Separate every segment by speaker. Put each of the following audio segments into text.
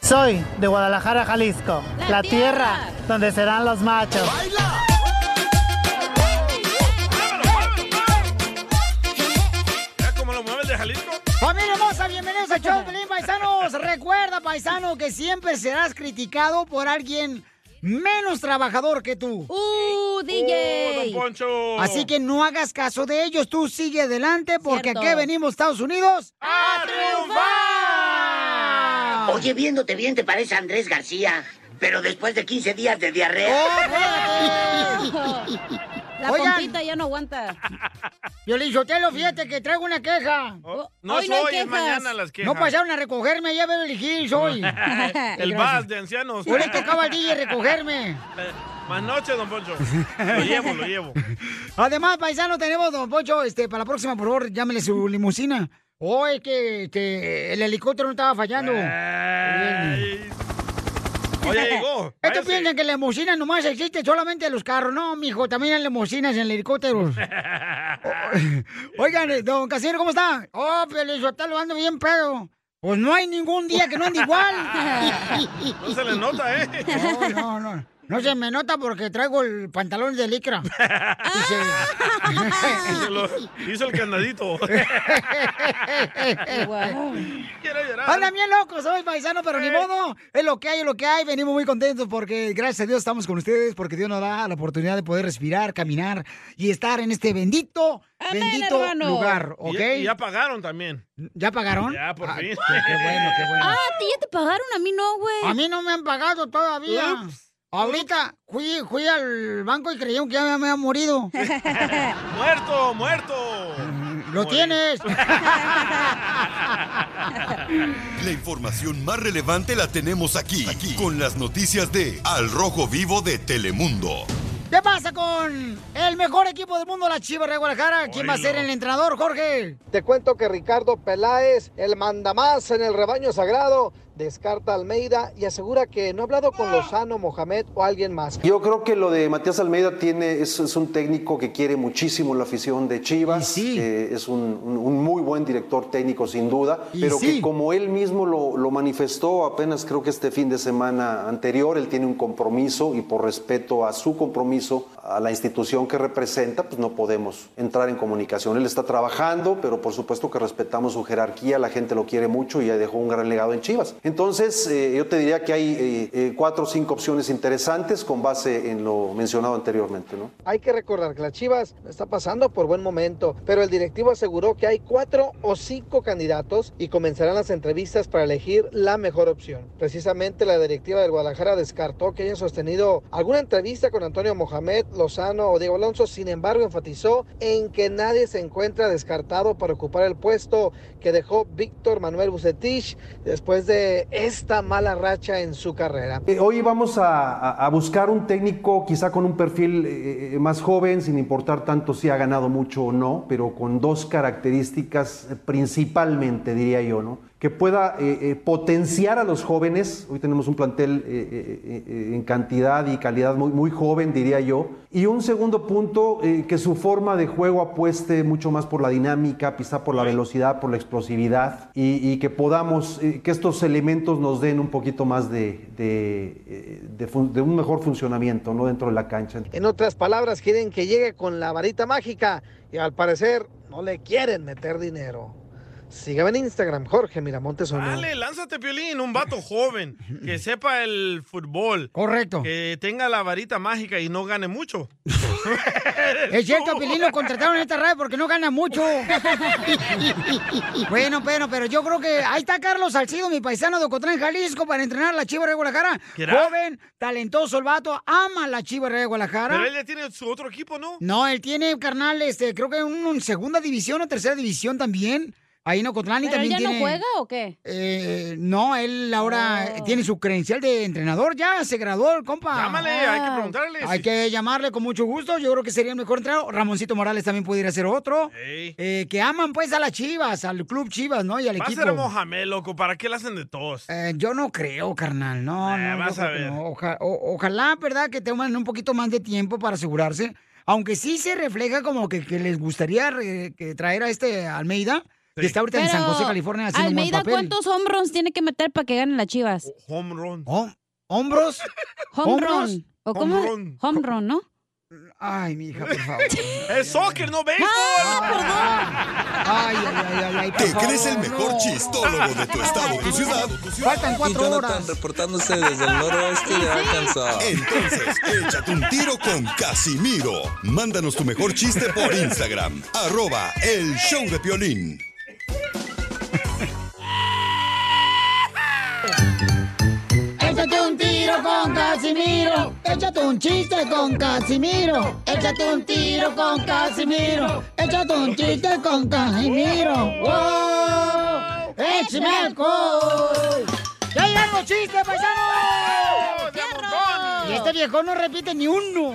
Speaker 1: Soy de Guadalajara, Jalisco, la, tierra donde serán los machos.
Speaker 2: ¿Ya cómo lo mueves de Jalisco?
Speaker 3: Familia hermosa, bienvenidos a Show de Pelín, Paisanos. Recuerda, paisano, que siempre serás criticado por alguien menos trabajador que tú. ¡Uh,
Speaker 2: DJ. Oh, don Poncho.
Speaker 3: Así que no hagas caso de ellos, tú sigue adelante porque
Speaker 2: Cierto.
Speaker 3: aquí venimos, Estados Unidos.
Speaker 2: ¡A triunfar!
Speaker 4: Oye, viéndote bien te parece a Andrés García, pero después de 15 días de
Speaker 3: Oh,
Speaker 4: diarrea.
Speaker 5: La
Speaker 3: Oigan.
Speaker 5: pompita ya no aguanta.
Speaker 3: Violín Sotelo, fíjate que traigo una queja.
Speaker 5: Oh,
Speaker 3: Oh,
Speaker 5: no Hoy no es hay hoy, es quejas. mañana las quejas.
Speaker 3: No pasaron a recogerme allá a Beverly Hills hoy.
Speaker 5: El
Speaker 3: vas
Speaker 2: VAS de ancianos. Eh,
Speaker 3: Hoy le tocaba al DJ recogerme.
Speaker 2: Más noche, don Poncho. Lo llevo, lo llevo.
Speaker 3: Además, paisano, tenemos, don Poncho, este, para la próxima, por favor, llámele su limusina. O es que este, el helicóptero no estaba fallando.
Speaker 5: Eh,
Speaker 2: Oh, ya llegó.
Speaker 3: Estos piensan que la limusina nomás existe solamente en los carros. No, mijo, también hay limusinas en helicópteros. Oigan, eh, don Casimiro, ¿cómo está? Oh, lo ando bien pedo. Pues no hay ningún día que no ande igual.
Speaker 2: No se le nota, ¿eh?
Speaker 3: No, no, no. No se me nota porque traigo el pantalón de licra. Y se-
Speaker 2: Se lo hizo el candadito. Quiero llorar. Eh.
Speaker 3: Andan bien locos, somos paisanos, pero ni modo. Es lo que hay, es lo que hay. Venimos muy contentos porque gracias a Dios estamos con ustedes, porque Dios nos da la oportunidad de poder respirar, caminar y estar en este bendito, bendito lugar,
Speaker 2: Y-
Speaker 3: ¿ok?
Speaker 2: Y, ya pagaron también.
Speaker 3: ¿Ya pagaron? Ah,
Speaker 2: Ya, por fin.
Speaker 3: Qué bueno, qué bueno.
Speaker 5: Ah, ¿a ti ya te pagaron, a mí no, güey.
Speaker 3: A mí no me han pagado todavía. Ahorita fui, fui al banco y creyeron que ya me había morido.
Speaker 2: ¡Muerto, muerto!
Speaker 3: ¡Lo tienes!
Speaker 6: La información más relevante la tenemos aquí, aquí, con las noticias de Al Rojo Vivo de Telemundo.
Speaker 3: ¿Qué pasa con el mejor equipo del mundo, la Chivas de Guadalajara? ¿Quién va a ser el entrenador, Jorge?
Speaker 7: Te cuento que Ricardo Peláez, el mandamás en el rebaño sagrado, descarta a Almeida y asegura que no ha hablado
Speaker 3: Ah.
Speaker 7: con Lozano, Mohamed o alguien más.
Speaker 8: Yo creo que lo de Matías Almeida tiene, es, es un técnico que quiere muchísimo la afición de Chivas, que es un, un- un muy buen director técnico sin duda,
Speaker 9: Y
Speaker 8: pero
Speaker 9: sí.
Speaker 8: que como él mismo lo, lo manifestó apenas creo que este fin de semana anterior, él tiene un compromiso y por respeto a su compromiso, a la institución que representa, pues no podemos entrar en comunicación. Él está trabajando, pero por supuesto que respetamos su jerarquía, la gente lo quiere mucho y ya dejó un gran legado en Chivas. Entonces eh, yo te diría que hay eh, eh, cuatro o cinco opciones interesantes con base en lo mencionado anteriormente, ¿no?
Speaker 7: Hay que recordar que las Chivas no está pasando por buen momento, pero el directivo aseguró que hay cuatro o cinco candidatos y comenzarán las entrevistas para elegir la mejor opción. Precisamente la directiva del Guadalajara descartó que hayan sostenido alguna entrevista con Antonio Mohamed, Lozano o Diego Alonso, sin embargo enfatizó en que nadie se encuentra descartado para ocupar el puesto que dejó Víctor Manuel Bucetich después de esta mala racha en su carrera.
Speaker 8: Eh, Hoy vamos a, a- a buscar un técnico quizá con un perfil eh, eh, más joven, sin importar tanto si ha ganado mucho o no, pero con dos características eh, principalmente, diría yo, ¿no? que pueda eh, eh, potenciar a los jóvenes. Hoy tenemos un plantel eh, eh, eh, en cantidad y calidad muy, muy joven, diría yo. Y un segundo punto, eh, que su forma de juego apueste mucho más por la dinámica, quizá por la velocidad, por la explosividad, y, y que podamos, eh, que estos elementos nos den un poquito más de, de, eh, de fun- de un mejor funcionamiento ¿no? dentro de la cancha.
Speaker 7: En otras palabras, quieren que llegue con la varita mágica y al parecer no le quieren meter dinero. Sígame en Instagram, Jorge Miramontes uno.
Speaker 2: Dale, lánzate, Piolín, un vato joven que sepa el fútbol.
Speaker 3: Correcto.
Speaker 2: Que tenga la varita mágica y no gane mucho.
Speaker 3: Es cierto, Pilín lo contrataron en esta radio porque no gana mucho. bueno, pero, pero yo creo que ahí está Carlos Salcido, mi paisano de Ocotlán, Jalisco, para entrenar a la Chiva de Guadalajara.
Speaker 2: ¿Querá?
Speaker 3: Joven, talentoso el vato, ama a la Chiva de Guadalajara.
Speaker 2: Pero él ya tiene su otro equipo, ¿no?
Speaker 3: No, él tiene, carnal, este, creo que un, un segunda división o tercera división también. Ahí en Ocotlán y
Speaker 5: ¿Pero él
Speaker 3: también
Speaker 5: ya no
Speaker 3: tiene...
Speaker 5: juega Oh. o qué?
Speaker 3: Eh, no, él ahora tiene su credencial de entrenador, ya se graduó el compa. Ah.
Speaker 2: Llámale, hay que preguntarle
Speaker 3: Hay
Speaker 2: si-
Speaker 3: que llamarle con mucho gusto, yo creo que sería el mejor entrenador. Ramoncito Morales también pudiera ser otro.
Speaker 2: Ey.
Speaker 3: Eh, que aman pues a las Chivas, al club Chivas, ¿no? Y al
Speaker 2: Va a
Speaker 3: equipo.
Speaker 2: ser Mohamed, loco. ¿Para qué le hacen de todos?
Speaker 3: Eh, yo no creo, carnal. No,
Speaker 2: Eh,
Speaker 3: no. yo
Speaker 2: vas
Speaker 3: creo
Speaker 2: a
Speaker 3: que
Speaker 2: ver.
Speaker 3: no. Oja- o- ojalá, ¿verdad? Que tomen un poquito más de tiempo para asegurarse. Aunque sí se refleja como que, que les gustaría re- que traer a este Almeida, que está ahorita en San
Speaker 5: Pero,
Speaker 3: José, California, haciendo un buen
Speaker 5: Almeida,
Speaker 3: papel.
Speaker 5: ¿cuántos home runs tiene que meter para que ganen las chivas?
Speaker 2: Home run.
Speaker 3: Oh. ¿Hombros?
Speaker 5: Home
Speaker 3: ¿Hombros?
Speaker 5: run. ¿O cómo?
Speaker 3: Home
Speaker 5: Home
Speaker 3: run.
Speaker 5: run, ¿no?
Speaker 3: Ay, mi hija, por favor. Ah,
Speaker 2: Es soccer, no béisbol.
Speaker 3: Ay, ay, ay, ay, ay, por
Speaker 6: ¿Te crees
Speaker 3: favor,
Speaker 6: el mejor
Speaker 3: no.
Speaker 6: chistólogo de tu estado, tu ciudad?
Speaker 3: Faltan cuatro horas.
Speaker 9: reportándose desde el noroeste de Arkansas.
Speaker 6: Entonces, échate un tiro con Casimiro. Mándanos tu mejor chiste por Instagram, arroba el show de Piolín.
Speaker 3: Échate un tiro con Casimiro. Échate un chiste con Casimiro. Échate un tiro con Casimiro. Échate un chiste con Casimiro. ¡Wow! ¡Échame alcohol! ¡Ya llegaron los chistes, paisanos! Y este viejo no repite ni uno.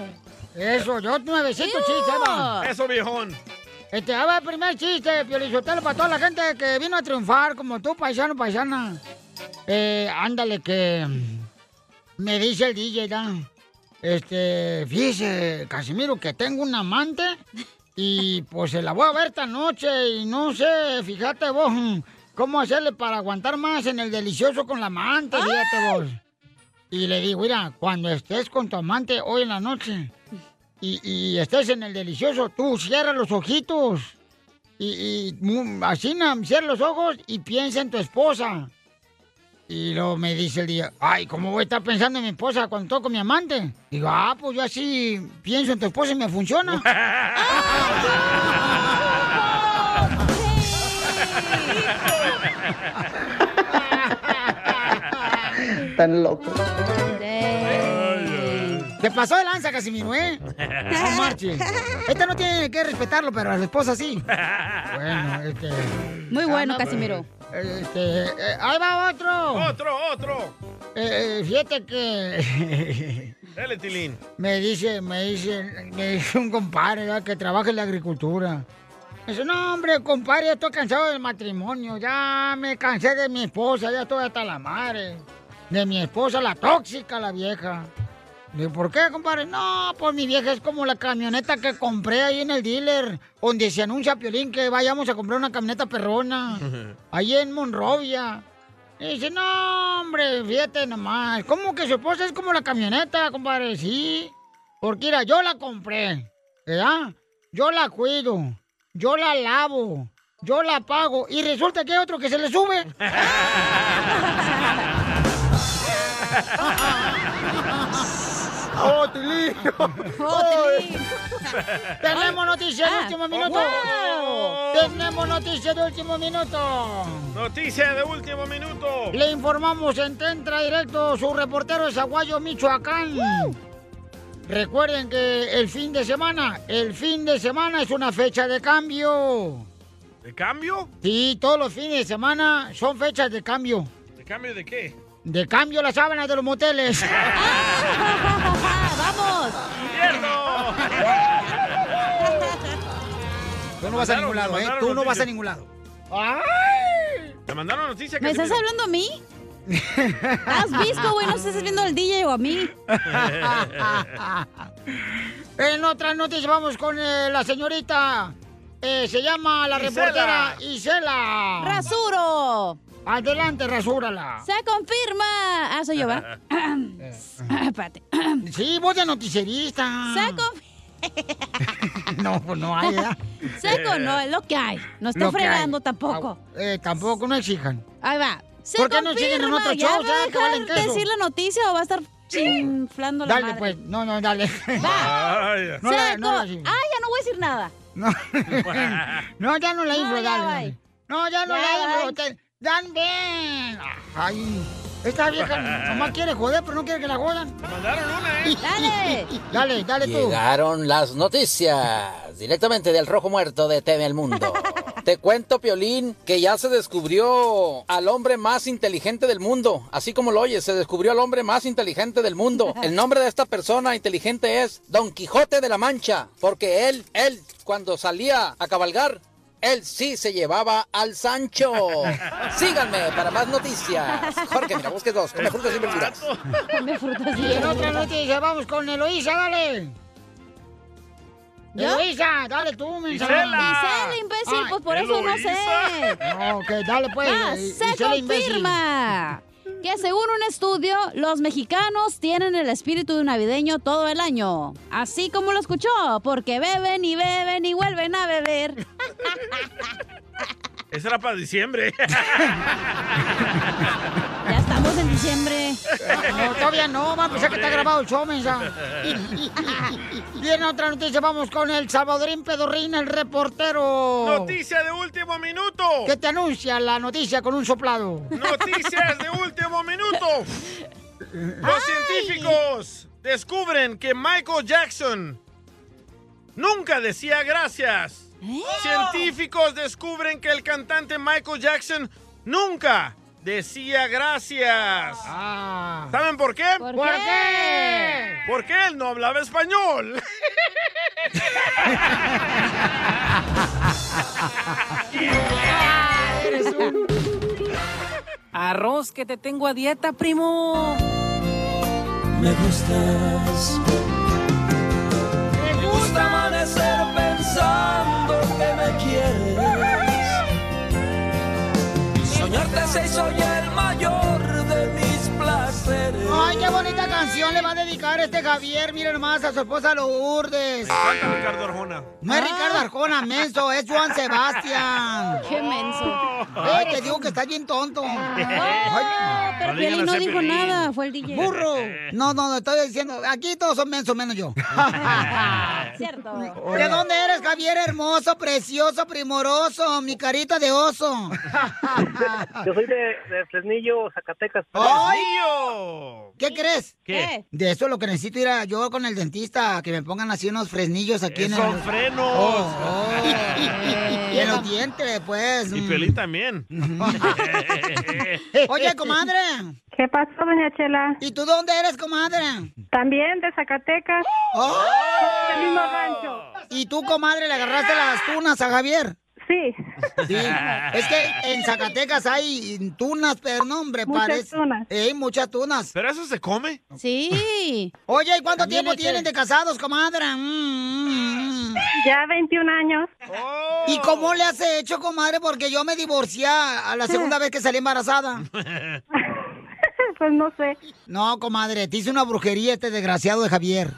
Speaker 3: Eso, yo 900 chistes, ahí va.
Speaker 2: Eso, viejón.
Speaker 3: Este, a ver, primer chiste, Piolizotelo, para toda la gente que vino a triunfar, como tú, paisano, paisana. Eh, ándale, que mm, me dice el DJ, ¿da? Este, fíjese, Casimiro, que tengo un amante y pues se la voy a ver esta noche y no sé, fíjate vos, mm, cómo hacerle para aguantar más en el delicioso con la amante, fíjate vos. Y le digo, mira, cuando estés con tu amante hoy en la noche y, y estés en el delicioso, tú cierra los ojitos. Y, y mu- así, na, cierra los ojos y piensa en tu esposa. Y luego me dice el día, ay, ¿cómo voy a estar pensando en mi esposa cuando toco con mi amante? Digo, ah, pues yo así pienso en tu esposa y me funciona.
Speaker 10: Tan loco.
Speaker 3: Te pasó de lanza, Casimiro, ¿eh? No marches. Esta no tiene que respetarlo, pero a la esposa sí. Bueno, este...
Speaker 5: Muy bueno, Casimiro.
Speaker 3: Este, eh, ahí va otro.
Speaker 2: Otro, otro.
Speaker 3: Eh, eh, fíjate que
Speaker 2: Dale, Tilín.
Speaker 3: me dice, me dice, me dice un compadre ¿verdad? que trabaja en la agricultura. Me dice, no, hombre, compadre, ya estoy cansado del matrimonio. Ya me cansé de mi esposa, ya estoy hasta la madre. De mi esposa, la tóxica, la vieja. Le digo, ¿por qué, compadre? No, pues mi vieja es como la camioneta que compré ahí en el dealer, donde se anuncia, Piolín, que vayamos a comprar una camioneta perrona. Ahí en Monrovia. Y dice, no, hombre, fíjate nomás. ¿Cómo que su esposa es como la camioneta, compadre? Sí. Porque mira, yo la compré, ¿verdad? Yo la cuido, yo la lavo, yo la pago. Y resulta que hay otro que se le sube. ¡Oh, Tilino! Tenemos noticias de último minuto. Tenemos noticias de último minuto.
Speaker 2: Noticia de último minuto.
Speaker 3: Le informamos en Tentra Directo, su reportero es Aguayo, Michoacán. Recuerden que el fin de semana, el fin de semana es una fecha de cambio.
Speaker 2: ¿De cambio?
Speaker 3: Sí, todos los fines de semana son fechas de cambio.
Speaker 2: ¿De cambio de qué?
Speaker 3: De cambio las sábanas de los moteles. ¡Vamos! Tú no vas a
Speaker 2: Mandaron,
Speaker 3: ningún lado,
Speaker 2: me
Speaker 3: ¿eh?
Speaker 2: mandaron
Speaker 3: Tú no vas
Speaker 2: noticias.
Speaker 3: a ningún lado. ¡Ay!
Speaker 2: ¿Me mandaron noticia?
Speaker 5: ¿Me estás
Speaker 2: Casimiro?
Speaker 5: hablando a mí? ¿Has visto, güey? No sé si estás viendo al DJ o a mí.
Speaker 3: En otras noticias vamos con eh, la señorita. eh, se llama la
Speaker 5: Isela.
Speaker 3: reportera Isela.
Speaker 5: ¡Rasuro!
Speaker 3: Adelante, rasúrala.
Speaker 5: ¡Se confirma! Ah, soy yo, ¿verdad? Ah, Espérate.
Speaker 3: Sí, voz de noticierista.
Speaker 5: Se confirma.
Speaker 3: No, pues no hay, ¿verdad?
Speaker 5: Seco no, es lo que hay. No está
Speaker 3: Lo que hay.
Speaker 5: fregando tampoco.
Speaker 3: Eh, tampoco, no exijan.
Speaker 5: Ahí va. Se
Speaker 3: ¿Por qué no
Speaker 5: confirma.
Speaker 3: siguen en otro
Speaker 5: ¿Ya
Speaker 3: show?
Speaker 5: va a
Speaker 3: Ya, que
Speaker 5: dejar
Speaker 3: valen queso.
Speaker 5: decir la noticia o va a estar chinflando la
Speaker 3: Dale,
Speaker 5: madre?
Speaker 3: pues. No, no, dale.
Speaker 2: Vaya.
Speaker 3: No la-
Speaker 5: Seco.
Speaker 3: no la
Speaker 5: ah,
Speaker 3: sigan.
Speaker 5: ya no voy a decir nada.
Speaker 3: No, ya no la inflo,
Speaker 5: ya
Speaker 3: dale,
Speaker 5: va.
Speaker 3: dale. No, ya no
Speaker 5: Ya
Speaker 3: la
Speaker 5: va.
Speaker 3: inflo. te- Dan ven. Ay, esta vieja nomás quiere joder, pero no quiere que la jodan.
Speaker 2: mandaron una, ¿eh?
Speaker 3: Dale. dale, dale tú.
Speaker 11: Llegaron las noticias directamente del Rojo Muerto de TV El Mundo. Te cuento, Piolín, que ya se descubrió al hombre más inteligente del mundo. Así como lo oyes, se descubrió al hombre más inteligente del mundo. El nombre de esta persona inteligente es Don Quijote de la Mancha. Porque él, él, cuando salía a cabalgar, él sí se llevaba al Sancho. Síganme para más noticias. Jorge, mira, busques dos. Come frutas y verduras.
Speaker 5: Come frutas
Speaker 3: Y en otra noticia vamos con Eloísa, dale.
Speaker 5: ¿Yo?
Speaker 3: Eloísa, dale tú, mensaje.
Speaker 5: Gisela, imbécil, pues por eso no sé.
Speaker 3: No, ok, dale pues.
Speaker 5: Va,
Speaker 3: eh,
Speaker 5: se
Speaker 3: Gisela, imbécil.
Speaker 5: confirma que según un estudio, los mexicanos tienen el espíritu navideño todo el año. Así como lo escuchó, porque beben y beben y vuelven a beber.
Speaker 2: Esa era para diciembre.
Speaker 5: Ya estamos en diciembre.
Speaker 3: No, todavía no, va a pensar que está grabado el show, mensa. Y en otra noticia vamos con el Salvadorín Pedorrín, el reportero.
Speaker 2: Noticia de último minuto.
Speaker 3: Que te anuncia la noticia con un soplado.
Speaker 2: Noticias de último minuto. Los científicos descubren que Michael Jackson nunca decía gracias.
Speaker 5: ¿Eh?
Speaker 2: Científicos descubren que el cantante Michael Jackson nunca decía gracias.
Speaker 5: Ah.
Speaker 2: ¿Saben por qué? ¿Por,
Speaker 3: qué?
Speaker 2: Porque él no hablaba español.
Speaker 3: Ah,
Speaker 12: Arroz que te tengo a dieta, primo.
Speaker 13: Me gustas. Me gusta amanecer pensando que me quieres. Soñarte se soy el mayor de mis placeres.
Speaker 3: Ay, qué bonita canción le va a dedicar este Javier, miren más a su esposa Lourdes.
Speaker 2: Canta Ricardo Arjona.
Speaker 3: No es Ricardo Arjona, menso, es Juan Sebastián.
Speaker 5: Ah. Qué menso.
Speaker 3: Ay, te digo que estás bien tonto. Ay,
Speaker 5: pero No le Piolín digan no a ese dijo Piolín. nada, fue el DJ.
Speaker 3: Burro. No, no, no, estoy diciendo, aquí todos son mensos menos yo.
Speaker 5: Cierto.
Speaker 3: ¿De dónde eres, Javier? Hermoso, precioso, primoroso, mi carita de oso.
Speaker 14: Yo soy de, de Fresnillo, Zacatecas.
Speaker 3: ¡Ay!
Speaker 2: ¡Fresnillo!
Speaker 3: ¿Qué crees?
Speaker 2: ¿Qué?
Speaker 3: De eso lo que necesito ir a yo con el dentista, que me pongan así unos fresnillos aquí en el...
Speaker 2: Eh, Son frenos.
Speaker 3: Oh, oh. y en los dientes, pues.
Speaker 2: Y Piolín también.
Speaker 3: Oye, comadre.
Speaker 15: ¿Qué pasó, doña Chela?
Speaker 3: ¿Y tú dónde eres, comadre?
Speaker 15: También de Zacatecas.
Speaker 3: ¡Oh!
Speaker 15: Del mismo rancho.
Speaker 3: ¿Y tú, comadre, le agarraste las tunas a Javier?
Speaker 15: Sí.
Speaker 3: Sí. Es que en Zacatecas hay tunas, pero no, hombre,
Speaker 15: Muchas
Speaker 3: parece.
Speaker 15: tunas.
Speaker 3: Ey, muchas tunas.
Speaker 2: ¿Pero eso se come?
Speaker 5: Sí.
Speaker 3: Oye, ¿y cuánto
Speaker 2: También
Speaker 3: tiempo
Speaker 15: este
Speaker 2: hay que-
Speaker 3: tienen de casados, comadre? Mm,
Speaker 15: Ya 21 años.
Speaker 3: ¿Y cómo le has hecho, comadre? Porque yo me divorcié a la segunda vez que salí embarazada.
Speaker 15: Pues no sé.
Speaker 3: No, comadre, te hice una brujería este desgraciado de Javier.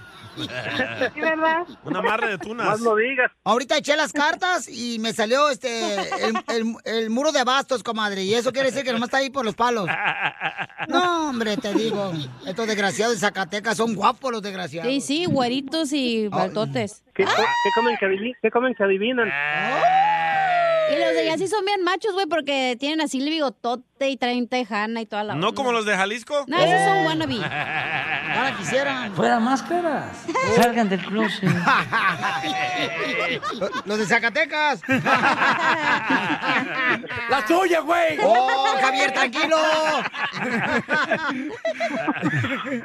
Speaker 2: Un amarre de tunas.
Speaker 3: digas. Ahorita eché las cartas y me salió este el, el- el muro de bastos, comadre. Y eso quiere decir que nomás está ahí por los palos. No, hombre, te digo. Estos desgraciados de Zacatecas son guapos los desgraciados.
Speaker 5: Sí, sí, güeritos y baltotes.
Speaker 14: ¿Qué, co- qué comen, que adivin- qué comen que adivinan? Ah.
Speaker 5: Y los de allá sí son bien machos, güey, porque tienen así el bigotote y traen tejana y toda la
Speaker 2: ¿No
Speaker 5: onda.
Speaker 2: como los de Jalisco? Oh.
Speaker 5: No, esos
Speaker 13: Oh.
Speaker 5: son wannabe.
Speaker 3: Ahora quisieran.
Speaker 2: Fuera
Speaker 3: máscaras.
Speaker 2: Salgan
Speaker 3: del closet. los de Zacatecas.
Speaker 13: ¡La tuya, güey!
Speaker 3: ¡Oh, Javier, tranquilo!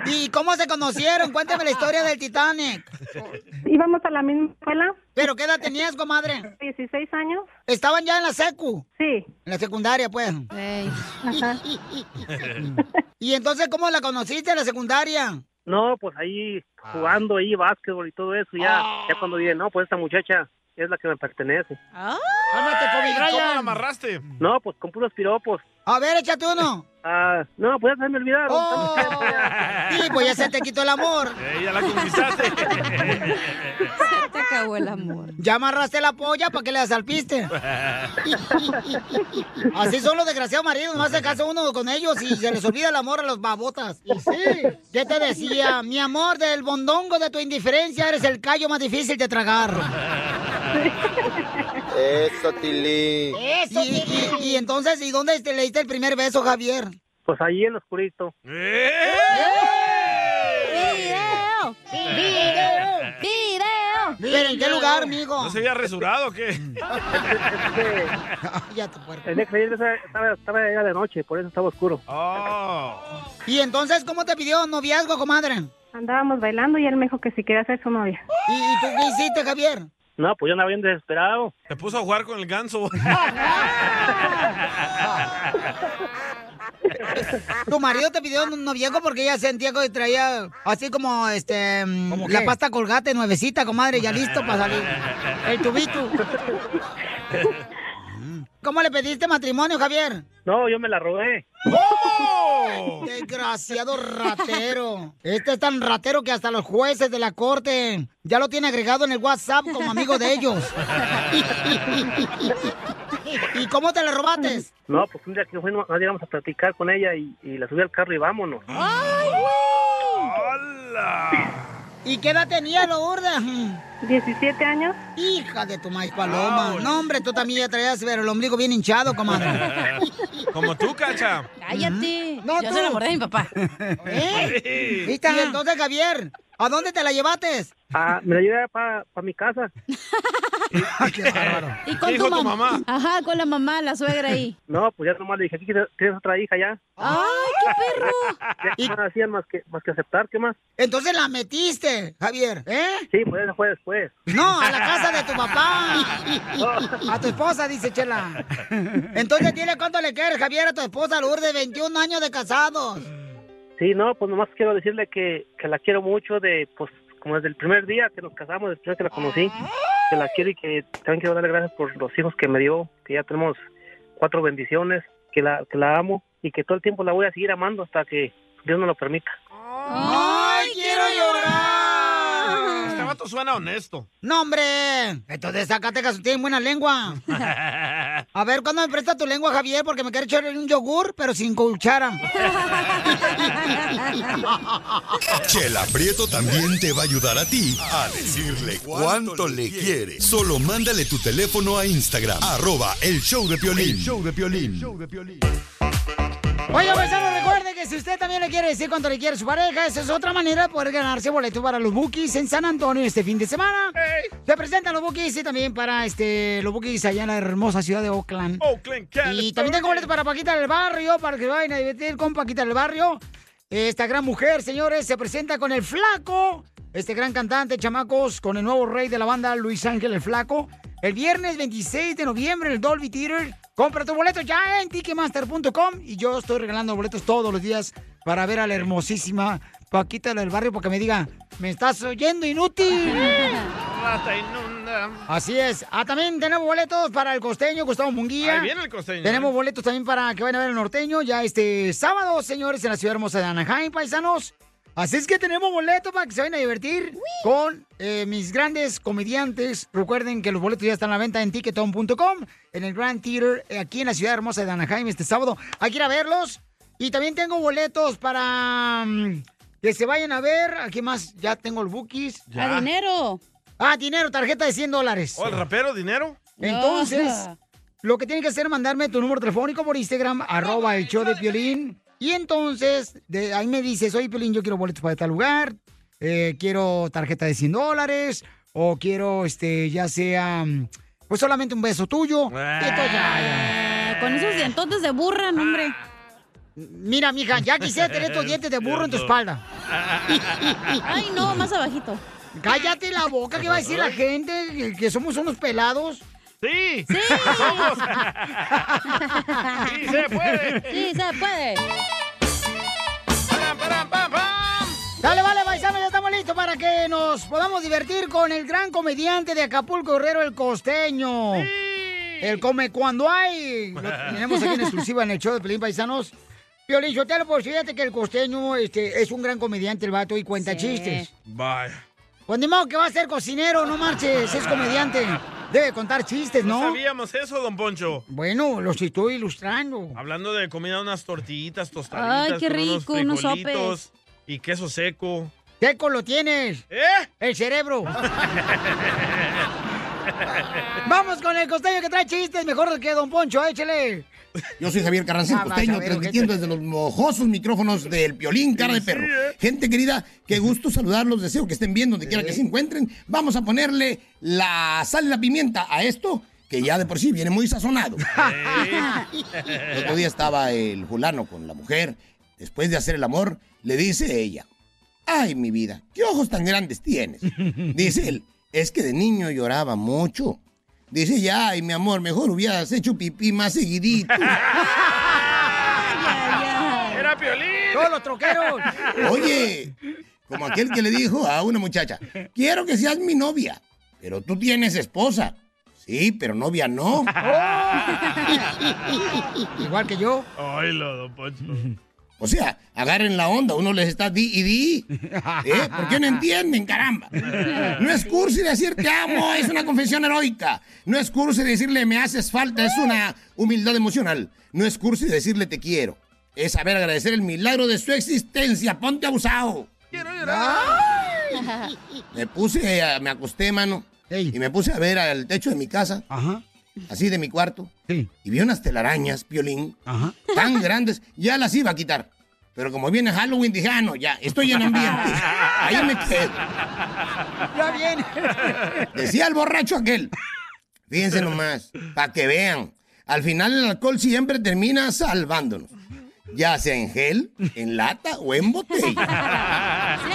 Speaker 3: ¿Y cómo se conocieron? Cuéntame la historia del Titanic.
Speaker 15: Íbamos a la misma escuela.
Speaker 3: ¿Pero qué edad tenías, comadre?
Speaker 15: 16 años.
Speaker 3: ¿Estaban ya en la secu?
Speaker 15: Sí.
Speaker 3: En la secundaria, pues. ¿Y entonces cómo la conociste en la secundaria?
Speaker 14: No, pues ahí jugando ahí básquetbol y todo eso. Ya, ya cuando dije, no, pues esta muchacha es la que me pertenece.
Speaker 5: ¡Ah!
Speaker 3: ¡Cálmate, Kobe
Speaker 2: ¿Cómo la
Speaker 3: Bryant!
Speaker 14: Mm.
Speaker 2: amarraste?
Speaker 14: No, pues con puros piropos.
Speaker 3: A ver, échate uno.
Speaker 14: Ah, no, pues ya se me olvidaron.
Speaker 3: Oh, sí, pues ya se te quitó el amor.
Speaker 2: Ella Eh, la conquistaste.
Speaker 3: Se te acabó el amor. Ya amarraste la polla para que la salpiste. Así son los desgraciados maridos, no hace caso uno con ellos y se les olvida el amor a los babotas. Y sí, ya te decía, mi amor, del bondongo de tu indiferencia eres el callo más difícil de tragar.
Speaker 9: Eso, Tilly.
Speaker 3: Eso, y, y- y entonces, ¿y dónde te leíste el primer beso, Javier?
Speaker 14: Pues ahí en lo oscurito.
Speaker 2: Eh.
Speaker 5: ¡Video! ¡Video! ¡Video!
Speaker 3: ¿Pero en qué lugar, amigo?
Speaker 2: ¿No se había resurado o qué?
Speaker 14: El día que salí de esa- estaba, estaba ya de noche, por eso estaba oscuro. Oh.
Speaker 3: Y entonces, ¿cómo te pidió noviazgo, comadre?
Speaker 15: Andábamos bailando y él me dijo que si quería ser su novia.
Speaker 3: ¿Y, tú qué hiciste, Javier?
Speaker 14: No, pues yo andaba bien desesperado.
Speaker 2: Te puso a jugar con el ganso.
Speaker 3: Tu marido te pidió un noviazgo porque ella sentía que traía así como este mm, la
Speaker 13: qué?
Speaker 3: pasta colgate nuevecita, comadre, ya listo para salir. El tubito. ¿Cómo le pediste matrimonio, Javier?
Speaker 14: No, yo me la robé.
Speaker 2: Oh.
Speaker 3: Desgraciado ratero. Este es tan ratero que hasta los jueces de la corte ya lo tiene agregado en el WhatsApp como amigo de ellos. ¿Y cómo te la robaste?
Speaker 14: No, pues un día que fuimos, nos íbamos a platicar con ella y, y la subí al carro y vámonos.
Speaker 3: ¿Y qué edad tenía Lourdes? 17 años. Hija de tu maíz paloma.
Speaker 2: Ouch.
Speaker 3: No, hombre, tú también ya traías pero el ombligo bien hinchado, comadre.
Speaker 2: Como tú, cacha.
Speaker 5: Cállate.
Speaker 3: No,
Speaker 5: Yo
Speaker 3: tú.
Speaker 5: se la mordé a mi papá.
Speaker 3: ¿Eh? ¿Y entonces, Javier? ¿A dónde te la llevaste?
Speaker 14: Ah, me la llevé para mi casa.
Speaker 5: ¿Y con
Speaker 14: ¿Qué dijo tu
Speaker 5: mam-
Speaker 14: mamá?
Speaker 5: Ajá, con la mamá, la suegra ahí.
Speaker 14: No, pues ya nomás le dije, aquí tienes- tienes otra hija ya.
Speaker 5: ¡Ay, qué perro!
Speaker 14: Ya no hacían más que, más que aceptar, ¿qué más?
Speaker 3: Entonces la metiste, Javier, ¿eh?
Speaker 14: Sí, pues eso fue después.
Speaker 3: No, a la casa de tu papá. A tu esposa, dice Chela. Entonces, dile cuánto le quieres, Javier, a tu esposa Lourdes, 21 años de casados.
Speaker 14: Sí, no, pues nomás quiero decirle que, que la quiero mucho de, pues, como desde el primer día que nos casamos, desde el primer que la conocí, que la quiero y que también quiero darle gracias por los hijos que me dio, que ya tenemos cuatro bendiciones, que la, que la amo y que todo el tiempo la voy a seguir amando hasta que Dios nos lo permita.
Speaker 3: ¡Ay, quiero llorar!
Speaker 2: Este vato suena honesto.
Speaker 3: No, hombre. Entonces, Zacatecas tiene buena lengua. A ver, ¿cuándo me presta tu lengua, Javier? Porque me quiere echar un yogur, pero sin cuchara.
Speaker 6: Chela Prieto también te va a ayudar a ti a decirle cuánto le quiere. Solo mándale tu teléfono a Instagram, arroba el show de Piolín. show de
Speaker 3: Oiga, paisano, recuerde que si usted también le quiere decir cuánto le quiere a su pareja, esa es otra manera de poder ganarse boleto para los Bookies en San Antonio este fin de semana. Se presentan los Bookies y también para este los Bookies allá en la hermosa ciudad de Oakland. Y también tengo boleto para Paquita del Barrio, para que vayan a divertir con Paquita del Barrio. Esta gran mujer, señores, se presenta con el flaco. Este gran cantante, chamacos, con el nuevo rey de la banda, Luis Ángel el Flaco. El viernes 26 de noviembre, en el Dolby Theater. Compra tu boleto ya en ticketmaster.com. Y yo estoy regalando boletos todos los días para ver a la hermosísima Paquita del Barrio, porque me diga, me estás oyendo inútil.
Speaker 2: Rata inunda.
Speaker 3: Así es. Ah, también tenemos boletos para el costeño, Gustavo Munguía.
Speaker 2: Ahí viene el costeño,
Speaker 3: Tenemos
Speaker 2: ¿eh?
Speaker 3: boletos también para que vayan a ver el norteño ya este sábado, señores, en la ciudad hermosa de Anaheim, paisanos. Así es que tenemos boletos para que se vayan a divertir con eh, mis grandes comediantes. Recuerden que los boletos ya están a la venta en ticketon.com, en el Grand Theater, eh, aquí en la ciudad hermosa de Anaheim este sábado. Hay que ir a verlos. Y también tengo boletos para mm, que se vayan a ver. Aquí más, ya tengo el bookies.
Speaker 2: Ya. A
Speaker 3: dinero! Ah, dinero, tarjeta de 100 dólares.
Speaker 2: ¿O Oh, el rapero, dinero?
Speaker 3: Entonces, lo que tienen que hacer es mandarme tu número telefónico por Instagram, arroba el show de Piolín. Y entonces, de ahí me dices, oye, Piolín, yo quiero boletos para tal lugar, eh, quiero tarjeta de 100 dólares, o quiero, este, ya sea, mm, pues solamente un beso tuyo. Y entonces, ay, ay.
Speaker 5: Con esos dientotes de burra, no, hombre.
Speaker 3: Mira, mija, ya quisiera tener estos dientes de burro en tu espalda.
Speaker 5: Ay, no, más abajito.
Speaker 3: Cállate la boca, ¿qué va a decir la gente? ¿Que- ¿Que somos unos pelados?
Speaker 2: Sí.
Speaker 3: Sí.
Speaker 2: Sí, se puede.
Speaker 5: Sí, se puede.
Speaker 3: Dale, vale, paisano, ya estamos listos para que nos podamos divertir con el gran comediante de Acapulco Guerrero, el costeño. El come cuando hay. Lo tenemos aquí en exclusiva en el show de Pelín Paisanos. Piolín Sotelo, pues fíjate que el costeño este, es un gran comediante, el vato, y cuenta
Speaker 2: Sí.
Speaker 3: chistes.
Speaker 2: Vaya.
Speaker 3: Pues ni modo que va a ser cocinero, no marches, es comediante. Debe contar chistes,
Speaker 2: No
Speaker 3: ¿no?
Speaker 2: sabíamos eso, don Poncho.
Speaker 3: Bueno, los estoy ilustrando.
Speaker 2: Hablando de comida, unas tortillitas tostaditas.
Speaker 3: Ay, qué
Speaker 2: con
Speaker 3: rico,
Speaker 2: unos,
Speaker 3: unos sopes.
Speaker 2: frijolitos Y queso seco.
Speaker 3: Seco lo tienes.
Speaker 2: ¿Eh?
Speaker 3: El cerebro. Vamos con el costeño que trae chistes, mejor que Don Poncho, échele.
Speaker 16: Yo soy Javier Carranza,
Speaker 3: Ah,
Speaker 16: el
Speaker 3: vas a
Speaker 16: costeño,
Speaker 3: ver,
Speaker 16: transmitiendo desde los mojosos micrófonos del Piolín Cara de Perro. Gente querida, qué gusto saludarlos, deseo que estén bien donde quiera que se encuentren. Vamos a ponerle la sal y la pimienta a esto, que ya de por sí viene muy sazonado. El otro día estaba el fulano con la mujer. Después de hacer el amor, le dice ella, ay, mi vida, ¿qué ojos tan grandes tienes? Dice él, es que de niño lloraba mucho. Dice ella, ay, mi amor, mejor hubieras hecho pipí más seguidito.
Speaker 2: ¡Era Piolín!
Speaker 3: ¡Todos los troqueros!
Speaker 16: Oye, como aquel que le dijo a una muchacha, quiero que seas mi novia, pero tú tienes esposa. Sí, pero novia no.
Speaker 3: Igual que yo.
Speaker 2: Ay, lo, don Poncho.
Speaker 16: O sea, agarren la onda, uno les está di y di. ¿Eh? ¿Por qué no entienden, caramba? No es cursi decir te amo, es una confesión heroica. No es cursi decirle me haces falta, es una humildad emocional. No es cursi decirle te quiero, es saber agradecer el milagro de su existencia. Ponte abusado. Me puse, eh, a- me acosté, mano, y me puse a ver al techo de mi casa, así de mi cuarto, y vi unas telarañas, piolín, tan grandes, ya las iba a quitar. Pero como viene Halloween, dije, ah, no, ya, estoy en ambiente. Ahí me quedo.
Speaker 3: Ya viene.
Speaker 16: Decía el borracho aquel. Fíjense nomás, para que vean. Al final el alcohol siempre termina salvándonos. Ya sea en gel, en lata o en botella.
Speaker 2: ¿Es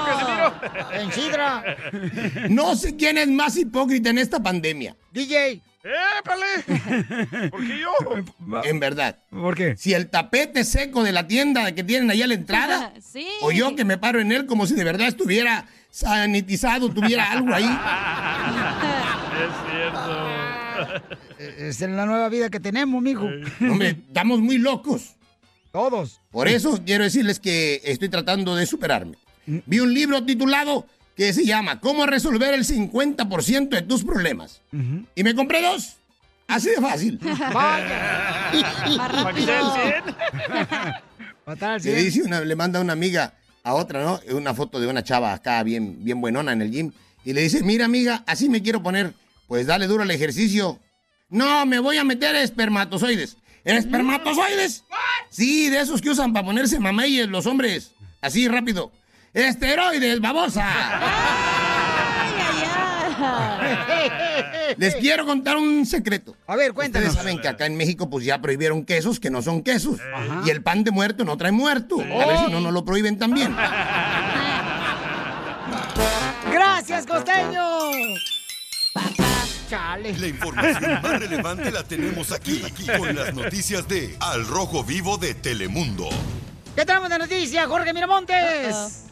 Speaker 2: cierto, Casimiro?
Speaker 3: En sidra.
Speaker 16: No sé quién es más hipócrita en esta pandemia.
Speaker 3: DJ.
Speaker 2: ¡Épale! ¿Por qué yo?
Speaker 16: En verdad.
Speaker 3: ¿Por qué?
Speaker 16: Si el tapete seco de la tienda que tienen ahí a la entrada,
Speaker 5: Sí.
Speaker 16: o yo que me paro en él como si de verdad estuviera sanitizado, tuviera algo ahí.
Speaker 2: es cierto.
Speaker 3: Esa es la nueva vida que tenemos, mijo.
Speaker 16: Eh, Hombre, estamos muy locos.
Speaker 3: Todos.
Speaker 16: Por eso quiero decirles que estoy tratando de superarme.
Speaker 3: Mm.
Speaker 16: Vi un libro titulado que se llama Cómo resolver el 50% de tus problemas. Y me compré dos. Así de fácil.
Speaker 3: Vaya.
Speaker 2: ¿Para que sea el 100?
Speaker 16: Le dice una, le manda una amiga a otra, ¿no? Una foto de una chava acá bien, bien buenona en el gym. Y le dice, mira amiga, así me quiero poner. Pues dale duro al ejercicio. No, me voy a meter espermatozoides. ¿Espermatozoides? Sí, de esos que usan para ponerse mameyes los hombres. Así rápido. Esteroides, babosa. Les quiero contar un secreto.
Speaker 3: A ver,
Speaker 16: cuéntanos. Ustedes saben que acá en México pues ya prohibieron quesos que no son quesos. Y el pan de muerto no trae muerto. A ver si no, no lo prohíben también.
Speaker 3: Gracias, costeño. Chale.
Speaker 6: La información más relevante la tenemos aquí, aquí, con las noticias de Al Rojo Vivo de Telemundo.
Speaker 3: ¿Qué tenemos de noticias, Jorge Miramontes?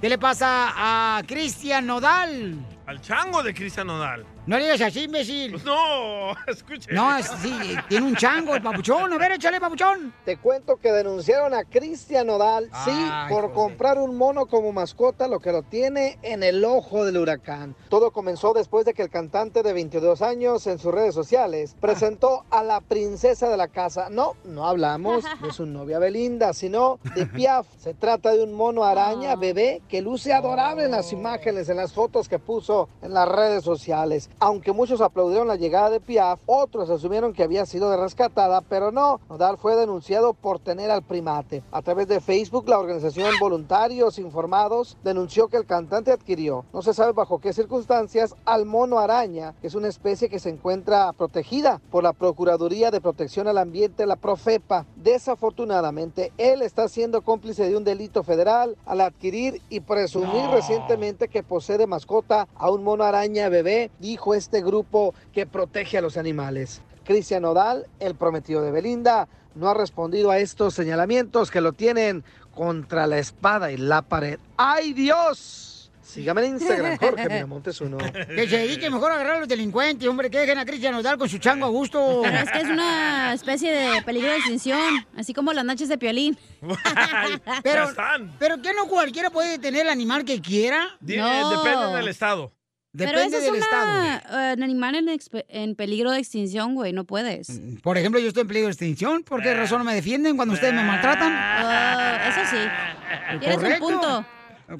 Speaker 3: ¿Qué le pasa a Cristian Nodal?
Speaker 2: Al chango de Cristian Nodal.
Speaker 3: No le digas así, imbécil.
Speaker 2: No, escuche.
Speaker 3: No, es- sí, tiene un chango, el papuchón. A ver, échale, papuchón.
Speaker 7: Te cuento que denunciaron a Cristian Odal,
Speaker 3: Ay,
Speaker 7: sí, por comprar un mono como mascota, lo que lo tiene en el ojo del huracán. Todo comenzó después de que el cantante de 22 años en sus redes sociales presentó a la princesa de la casa. No, no hablamos de su novia Belinda, sino de Piaf. Se trata de un mono araña bebé que luce adorable en las imágenes, en las fotos que puso en las redes sociales. Aunque muchos aplaudieron la llegada de Piaf, otros asumieron que había sido rescatada, pero no. Nodal fue denunciado por tener al primate. A través de Facebook, la organización Voluntarios Informados denunció que el cantante adquirió, no se sabe bajo qué circunstancias, al mono araña, que es una especie que se encuentra protegida por la Procuraduría de Protección al Ambiente, la Profepa. Desafortunadamente, él está siendo cómplice de un delito federal al adquirir y presumir recientemente que posee de mascota a un mono araña bebé, dijo este grupo que protege a los animales. Cristian Odal, el prometido de Belinda, no ha respondido a estos señalamientos que lo tienen contra la espada y la pared. ¡Ay Dios! Sígame en Instagram, Jorge Miramontes uno.
Speaker 3: Que se dedique mejor a agarrar a los delincuentes, hombre, que dejen a Cristian Nodal con su chango a gusto.
Speaker 5: Pero es que es una especie de peligro de extinción, así como las noches de piolín.
Speaker 3: Pero, pero que no cualquiera puede tener el animal que quiera.
Speaker 2: Di- eh, Depende del estado.
Speaker 5: Pero ese es una- eh, un animal en, exp- en peligro de extinción, güey, no puedes.
Speaker 3: Por ejemplo, yo estoy en peligro de extinción. ¿Por qué razón no me defienden cuando ustedes me maltratan? Eh,
Speaker 5: Ah, eso sí. Tienes un punto.
Speaker 3: Ah,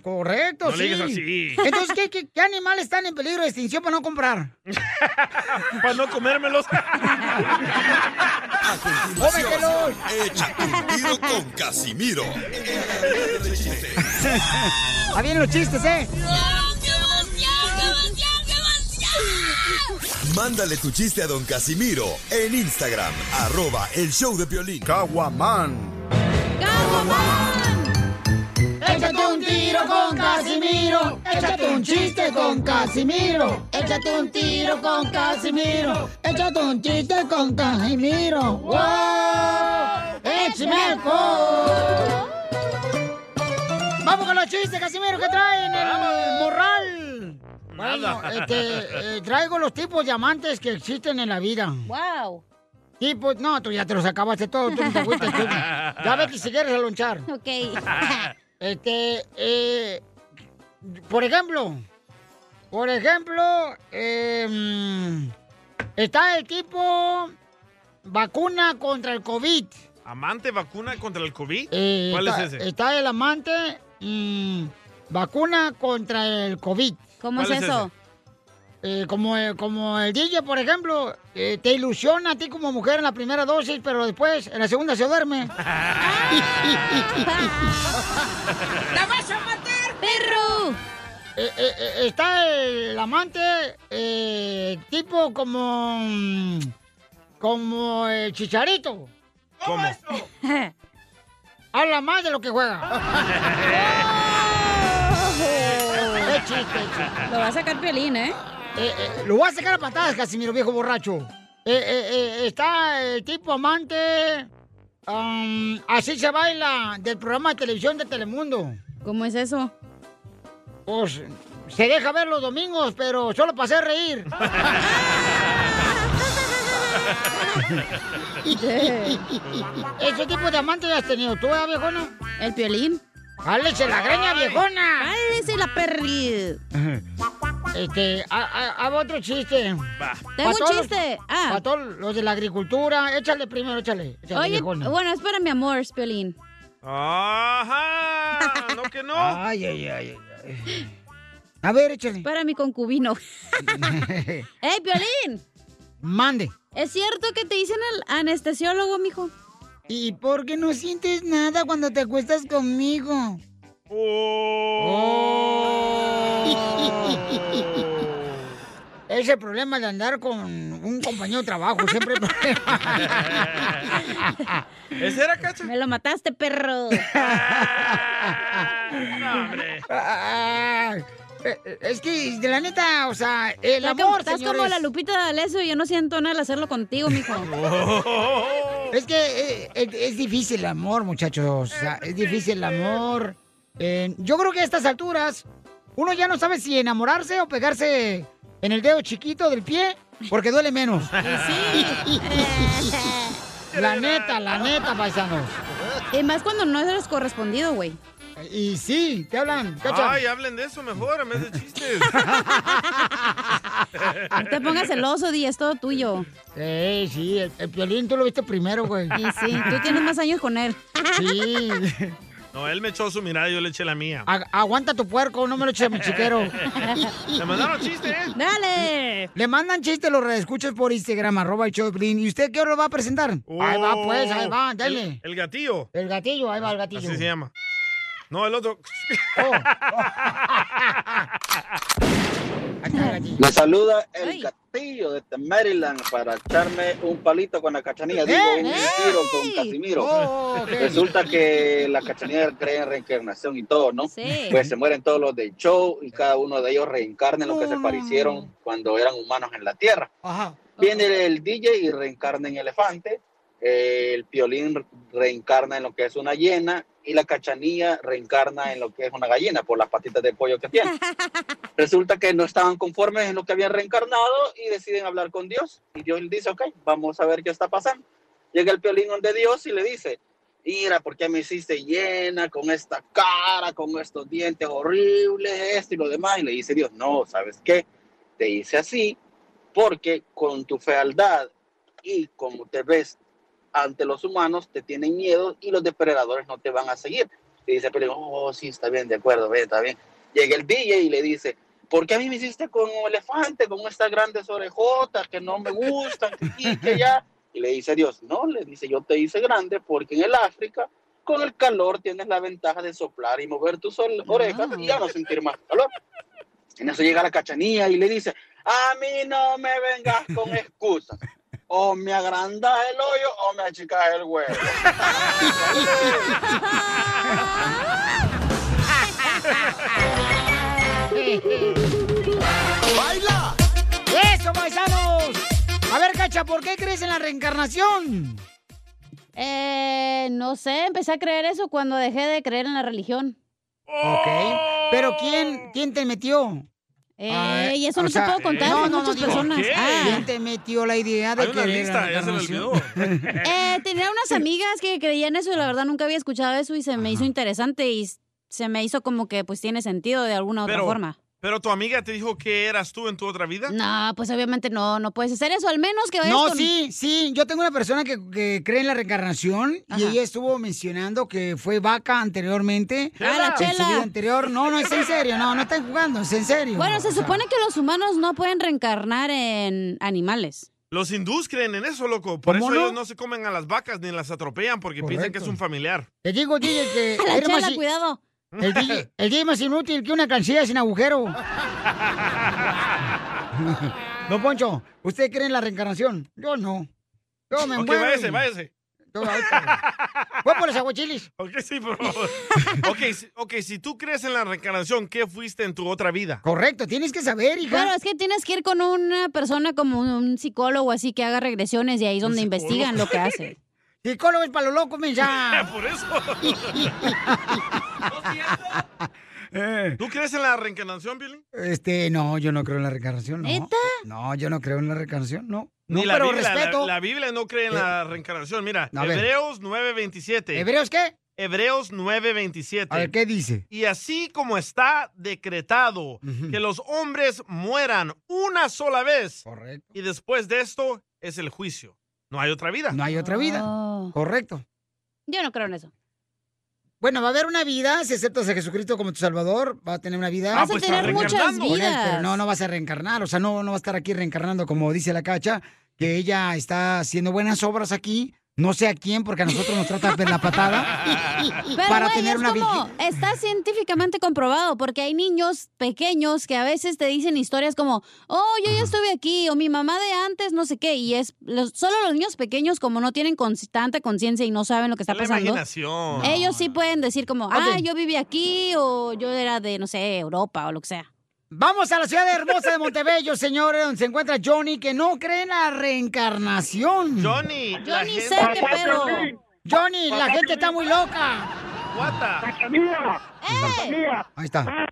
Speaker 3: Correcto,
Speaker 2: No
Speaker 3: sí.
Speaker 2: le digas así.
Speaker 3: Entonces, ¿qué, qué, qué animales están en peligro de extinción para no comprar?
Speaker 2: Para no comérmelos.
Speaker 3: ¡Cómetelos!
Speaker 6: Échate un tiro con Casimiro.
Speaker 3: Ah, bien los chistes, ¿eh?
Speaker 6: Mándale tu chiste a don Casimiro en Instagram, arroba el show de Piolín. Caguaman.
Speaker 3: Échate un tiro con Casimiro. Échate un chiste con Casimiro. Échate un tiro con Casimiro. Échate un chiste con Casimiro. ¡Wow! ¡Échame alcohol! Vamos con los chistes, Casimiro, que traen el morral. Bueno,
Speaker 13: Nada.
Speaker 3: este, eh, traigo los tipos de amantes que existen en la vida.
Speaker 5: ¡Wow!
Speaker 3: Tipos, no, tú ya te los acabaste todos, tú no te agüites, tú- Ya ves que si quieres alonchar.
Speaker 5: Ok.
Speaker 3: Este, eh, por ejemplo, por ejemplo, eh, mm, está el tipo vacuna contra el COVID.
Speaker 2: ¿Amante vacuna contra el COVID?
Speaker 3: Eh,
Speaker 2: ¿Cuál
Speaker 3: está,
Speaker 2: es ese?
Speaker 3: Está el amante mm, vacuna contra el COVID.
Speaker 5: ¿Cómo ¿Cuál es es eso?
Speaker 3: Eh, como, el- como el DJ, por ejemplo, eh, te ilusiona a ti como mujer en la primera dosis, pero después en la segunda se duerme.
Speaker 13: ¡La vas a matar,
Speaker 3: perro! Eh, está el amante eh, tipo como... mm, Como el chicharito.
Speaker 2: ¿Cómo?
Speaker 3: Habla más de lo que juega. ¡Qué chiste, chiste!
Speaker 5: Lo va a sacar Piolín, ¿eh?
Speaker 3: Lo voy a sacar a patadas, Casimiro, viejo borracho. Eh, eh, eh, está el tipo amante... um, así se baila del programa de televisión de Telemundo.
Speaker 5: ¿Cómo es eso?
Speaker 3: Pues se deja ver los domingos, pero solo para hacer reír. ¿Ese tipo de amante has tenido tú, eh, viejona?
Speaker 5: ¿El piolín?
Speaker 3: ¡Álese la greña, viejona!
Speaker 5: ¡Álese la perri!
Speaker 3: Este, ha- ha- hago otro chiste.
Speaker 5: Tengo
Speaker 3: Pa'
Speaker 5: un
Speaker 3: todos-
Speaker 5: chiste. Ah.
Speaker 3: Para todos los de la agricultura, échale primero, échale. échale,
Speaker 5: Oye,
Speaker 3: viejona.
Speaker 5: bueno, es para mi amor, Piolín.
Speaker 2: Ajá, no que no.
Speaker 3: Ay, ay, ay. A ver, échale.
Speaker 5: Para mi concubino. ¡Ey, Piolín!
Speaker 3: Mande.
Speaker 5: ¿Es cierto que te dicen el anestesiólogo, mijo?
Speaker 3: ¿Y por qué no sientes nada cuando te acuestas conmigo? Es el problema de andar con un compañero de trabajo, siempre hay problema.
Speaker 2: ¿Ese era cacha?
Speaker 5: Me lo mataste, perro.
Speaker 3: Ah, eh, eh, es que, de la neta, o sea, el
Speaker 5: Estás como-
Speaker 3: amor,
Speaker 5: Estás
Speaker 3: señores,
Speaker 5: como la Lupita de Alessio y yo no siento nada al hacerlo contigo, mijo.
Speaker 3: Oh. Es que eh, eh, es difícil el amor, muchachos. o sea, es difícil el amor. Eh, yo creo que a estas alturas uno ya no sabe si enamorarse o pegarse en el dedo chiquito del pie porque duele menos. la neta, la neta, paisanos.
Speaker 5: Y más cuando no eres correspondido, güey.
Speaker 3: Y sí, te hablan.
Speaker 2: Ay, hablen de eso mejor en vez de chistes.
Speaker 5: No Ah, te pongas celoso, Di, es todo tuyo.
Speaker 3: Sí, sí, el, el piolín tú lo viste primero, güey.
Speaker 5: Y sí, tú tienes más años con él.
Speaker 3: Sí.
Speaker 2: No, él me echó su mirada y yo le eché la mía.
Speaker 3: Ag- aguanta tu puerco, no me lo eches a mi chiquero.
Speaker 2: Le mandaron ¿eh? chistes.
Speaker 5: ¡Dale!
Speaker 3: Le mandan chistes, los reescuches por Instagram, arroba el show de Piolín. ¿Y usted qué hora lo va a presentar? Ahí va, pues, ahí va,
Speaker 2: El,
Speaker 3: dale.
Speaker 2: Oh, el gatillo. Ah,
Speaker 3: El gatillo, ahí va el gatillo.
Speaker 2: Así se llama. No, el otro.
Speaker 9: Le saluda el gatillo de Maryland para echarme un palito con la cachanilla. Digo, un tiro con Casimiro.
Speaker 13: Eh, Oh, ok.
Speaker 9: Resulta que la cachanilla cree en reencarnación y todo, ¿no?
Speaker 13: Sí.
Speaker 9: Pues se mueren todos los del show y cada uno de ellos reencarna en lo que se parecieron cuando eran humanos en la tierra. Viene el, el DJ y reencarna en elefante. eh, el piolín reencarna en lo que es una hiena. y la cachanilla reencarna en lo que es una gallina por las patitas de pollo que tiene. Resulta que no estaban conformes en lo que habían reencarnado y deciden hablar con Dios. Y Dios le dice, ok, vamos a ver qué está pasando. Llega el piolín donde Dios y le dice, mira, ¿por qué me hiciste llena con esta cara, con estos dientes horribles, esto y lo demás? Y le dice Dios, no, ¿sabes qué? Te hice así porque con tu fealdad y como te ves ante los humanos, te tienen miedo y los depredadores no te van a seguir. Y dice, pero oh, sí, está bien, de acuerdo, ve, está bien. Llega el DJ y le dice, ¿por qué a mí me hiciste con un elefante, con estas grandes orejotas que no me gustan, que aquí, que allá? Y le dice Dios, no, le dice, yo te hice grande porque en el África, con el calor, tienes la ventaja de soplar y mover tus ol- orejas y ya no sentir más calor. En eso llega la cachanilla y le dice, a mí no me vengas con excusas. O me agrandas el hoyo o me achicas el huevo.
Speaker 3: ¡Baila! ¡Eso, paisanos! A ver, Cacha, ¿por qué crees en la reencarnación?
Speaker 5: Eh, no sé, empecé a creer eso cuando dejé de creer en la religión.
Speaker 2: Oh.
Speaker 3: Ok. ¿Pero quién, quién te metió?
Speaker 5: Eh, y eso no te puedo contar,
Speaker 3: No,
Speaker 5: son
Speaker 3: no, no,
Speaker 5: muchas
Speaker 3: digo,
Speaker 5: personas.
Speaker 3: ¿quién?
Speaker 5: Ah.
Speaker 3: ¿Quién te metió la idea de
Speaker 2: Hay una
Speaker 3: querer
Speaker 2: lista, ya se me
Speaker 3: reencarnación?
Speaker 2: olvidó.
Speaker 5: Eh, tenía unas amigas que creían eso y la verdad nunca había escuchado eso y se me hizo interesante y s- se me hizo como que pues tiene sentido de alguna otra
Speaker 2: Pero-
Speaker 5: forma.
Speaker 2: Pero tu amiga te dijo que eras tú en tu otra vida.
Speaker 5: No, pues obviamente no, no puedes hacer eso, al menos que vayas
Speaker 3: No,
Speaker 5: con-
Speaker 3: sí, sí. Yo tengo una persona que, que cree en la reencarnación y ella estuvo mencionando que fue vaca anteriormente.
Speaker 5: Ah, la
Speaker 3: En su
Speaker 5: Chela.
Speaker 3: vida anterior. No, no, es en serio. No, no están jugando, es en serio.
Speaker 5: Bueno, se supone que los humanos no pueden reencarnar en animales.
Speaker 2: Los hindús creen en eso, loco. Por
Speaker 5: ¿Cómo
Speaker 2: eso
Speaker 5: no?
Speaker 2: ellos no se comen a las vacas ni las atropellan porque piensan que es un familiar.
Speaker 3: Te digo, DJ, que...
Speaker 5: A la
Speaker 3: eres más
Speaker 5: Chela,
Speaker 3: i-
Speaker 5: cuidado.
Speaker 3: El DJ, el DJ más inútil que una cancilla sin agujero. Don Poncho, ¿usted cree en la reencarnación? Yo no. Yo me
Speaker 2: ok,
Speaker 3: muero.
Speaker 2: váyase,
Speaker 3: y-
Speaker 2: váyase.
Speaker 3: Yo, ahorita. Voy por los aguachiles.
Speaker 2: Ok, sí, por favor. ok, si, ok, si tú crees en la reencarnación, ¿qué fuiste en tu otra vida?
Speaker 3: Correcto, tienes que saber, hija.
Speaker 5: Claro, es que tienes que ir con una persona como un psicólogo así que haga regresiones y ahí es donde investigan lo que hace.
Speaker 3: Psicólogo es para los locos, men, ya.
Speaker 2: Por eso. ¿Tú crees en la reencarnación, Billy?
Speaker 3: Eh, Este, no, yo no creo en la reencarnación, no.
Speaker 2: ¿Neta?
Speaker 3: No, yo no creo en la reencarnación, no. No,
Speaker 2: Ni la
Speaker 3: pero
Speaker 2: Biblia, la-
Speaker 3: respeto. Eh,
Speaker 2: La, Biblia no cree en la reencarnación. Mira,
Speaker 3: A ver.
Speaker 2: Hebreos 9:27.
Speaker 3: ¿Hebreos qué?
Speaker 2: Hebreos 9:27.
Speaker 3: A ver, ¿qué dice?
Speaker 2: Y así como está decretado que los hombres mueran una sola vez.
Speaker 3: Correcto.
Speaker 2: Y después de esto es el juicio. No hay otra vida.
Speaker 3: No hay otra vida. Correcto.
Speaker 5: Ah. Yo no creo en eso.
Speaker 3: Bueno, va a haber una vida, si aceptas a Jesucristo como tu Salvador, va a tener una vida.
Speaker 5: Vas Ah, a pues está tener muchas reencarnando.
Speaker 3: Con él,
Speaker 5: vidas.
Speaker 3: pero no, no vas a reencarnar, o sea, no, no va a estar aquí reencarnando, como dice la cacha, que ella está haciendo buenas obras aquí, no sé a quién, porque a nosotros nos trata de la patada.
Speaker 5: Pero,
Speaker 3: para
Speaker 5: güey,
Speaker 3: tener
Speaker 5: es
Speaker 3: una
Speaker 5: como,
Speaker 3: vida.
Speaker 5: está científicamente comprobado, porque hay niños pequeños que a veces te dicen historias como, oh, yo ya estuve aquí, o mi mamá de antes, no sé qué, y es, los- solo los niños pequeños, como no tienen cons- tanta conciencia y no saben lo que está
Speaker 2: La
Speaker 5: pasando,
Speaker 2: imaginación.
Speaker 5: ellos sí pueden decir como, ah,
Speaker 2: Ok.
Speaker 5: yo viví aquí, o yo era de, no sé, Europa, o lo que sea.
Speaker 3: Vamos a la ciudad hermosa de Montebello, señores, donde se encuentra Johnny, que no cree en la reencarnación.
Speaker 2: Johnny, la Johnny,
Speaker 3: sé
Speaker 2: gente- sé qué pedo.
Speaker 3: Johnny, la gente está muy loca.
Speaker 2: Guata.
Speaker 5: ¡Eh!
Speaker 3: Ahí está.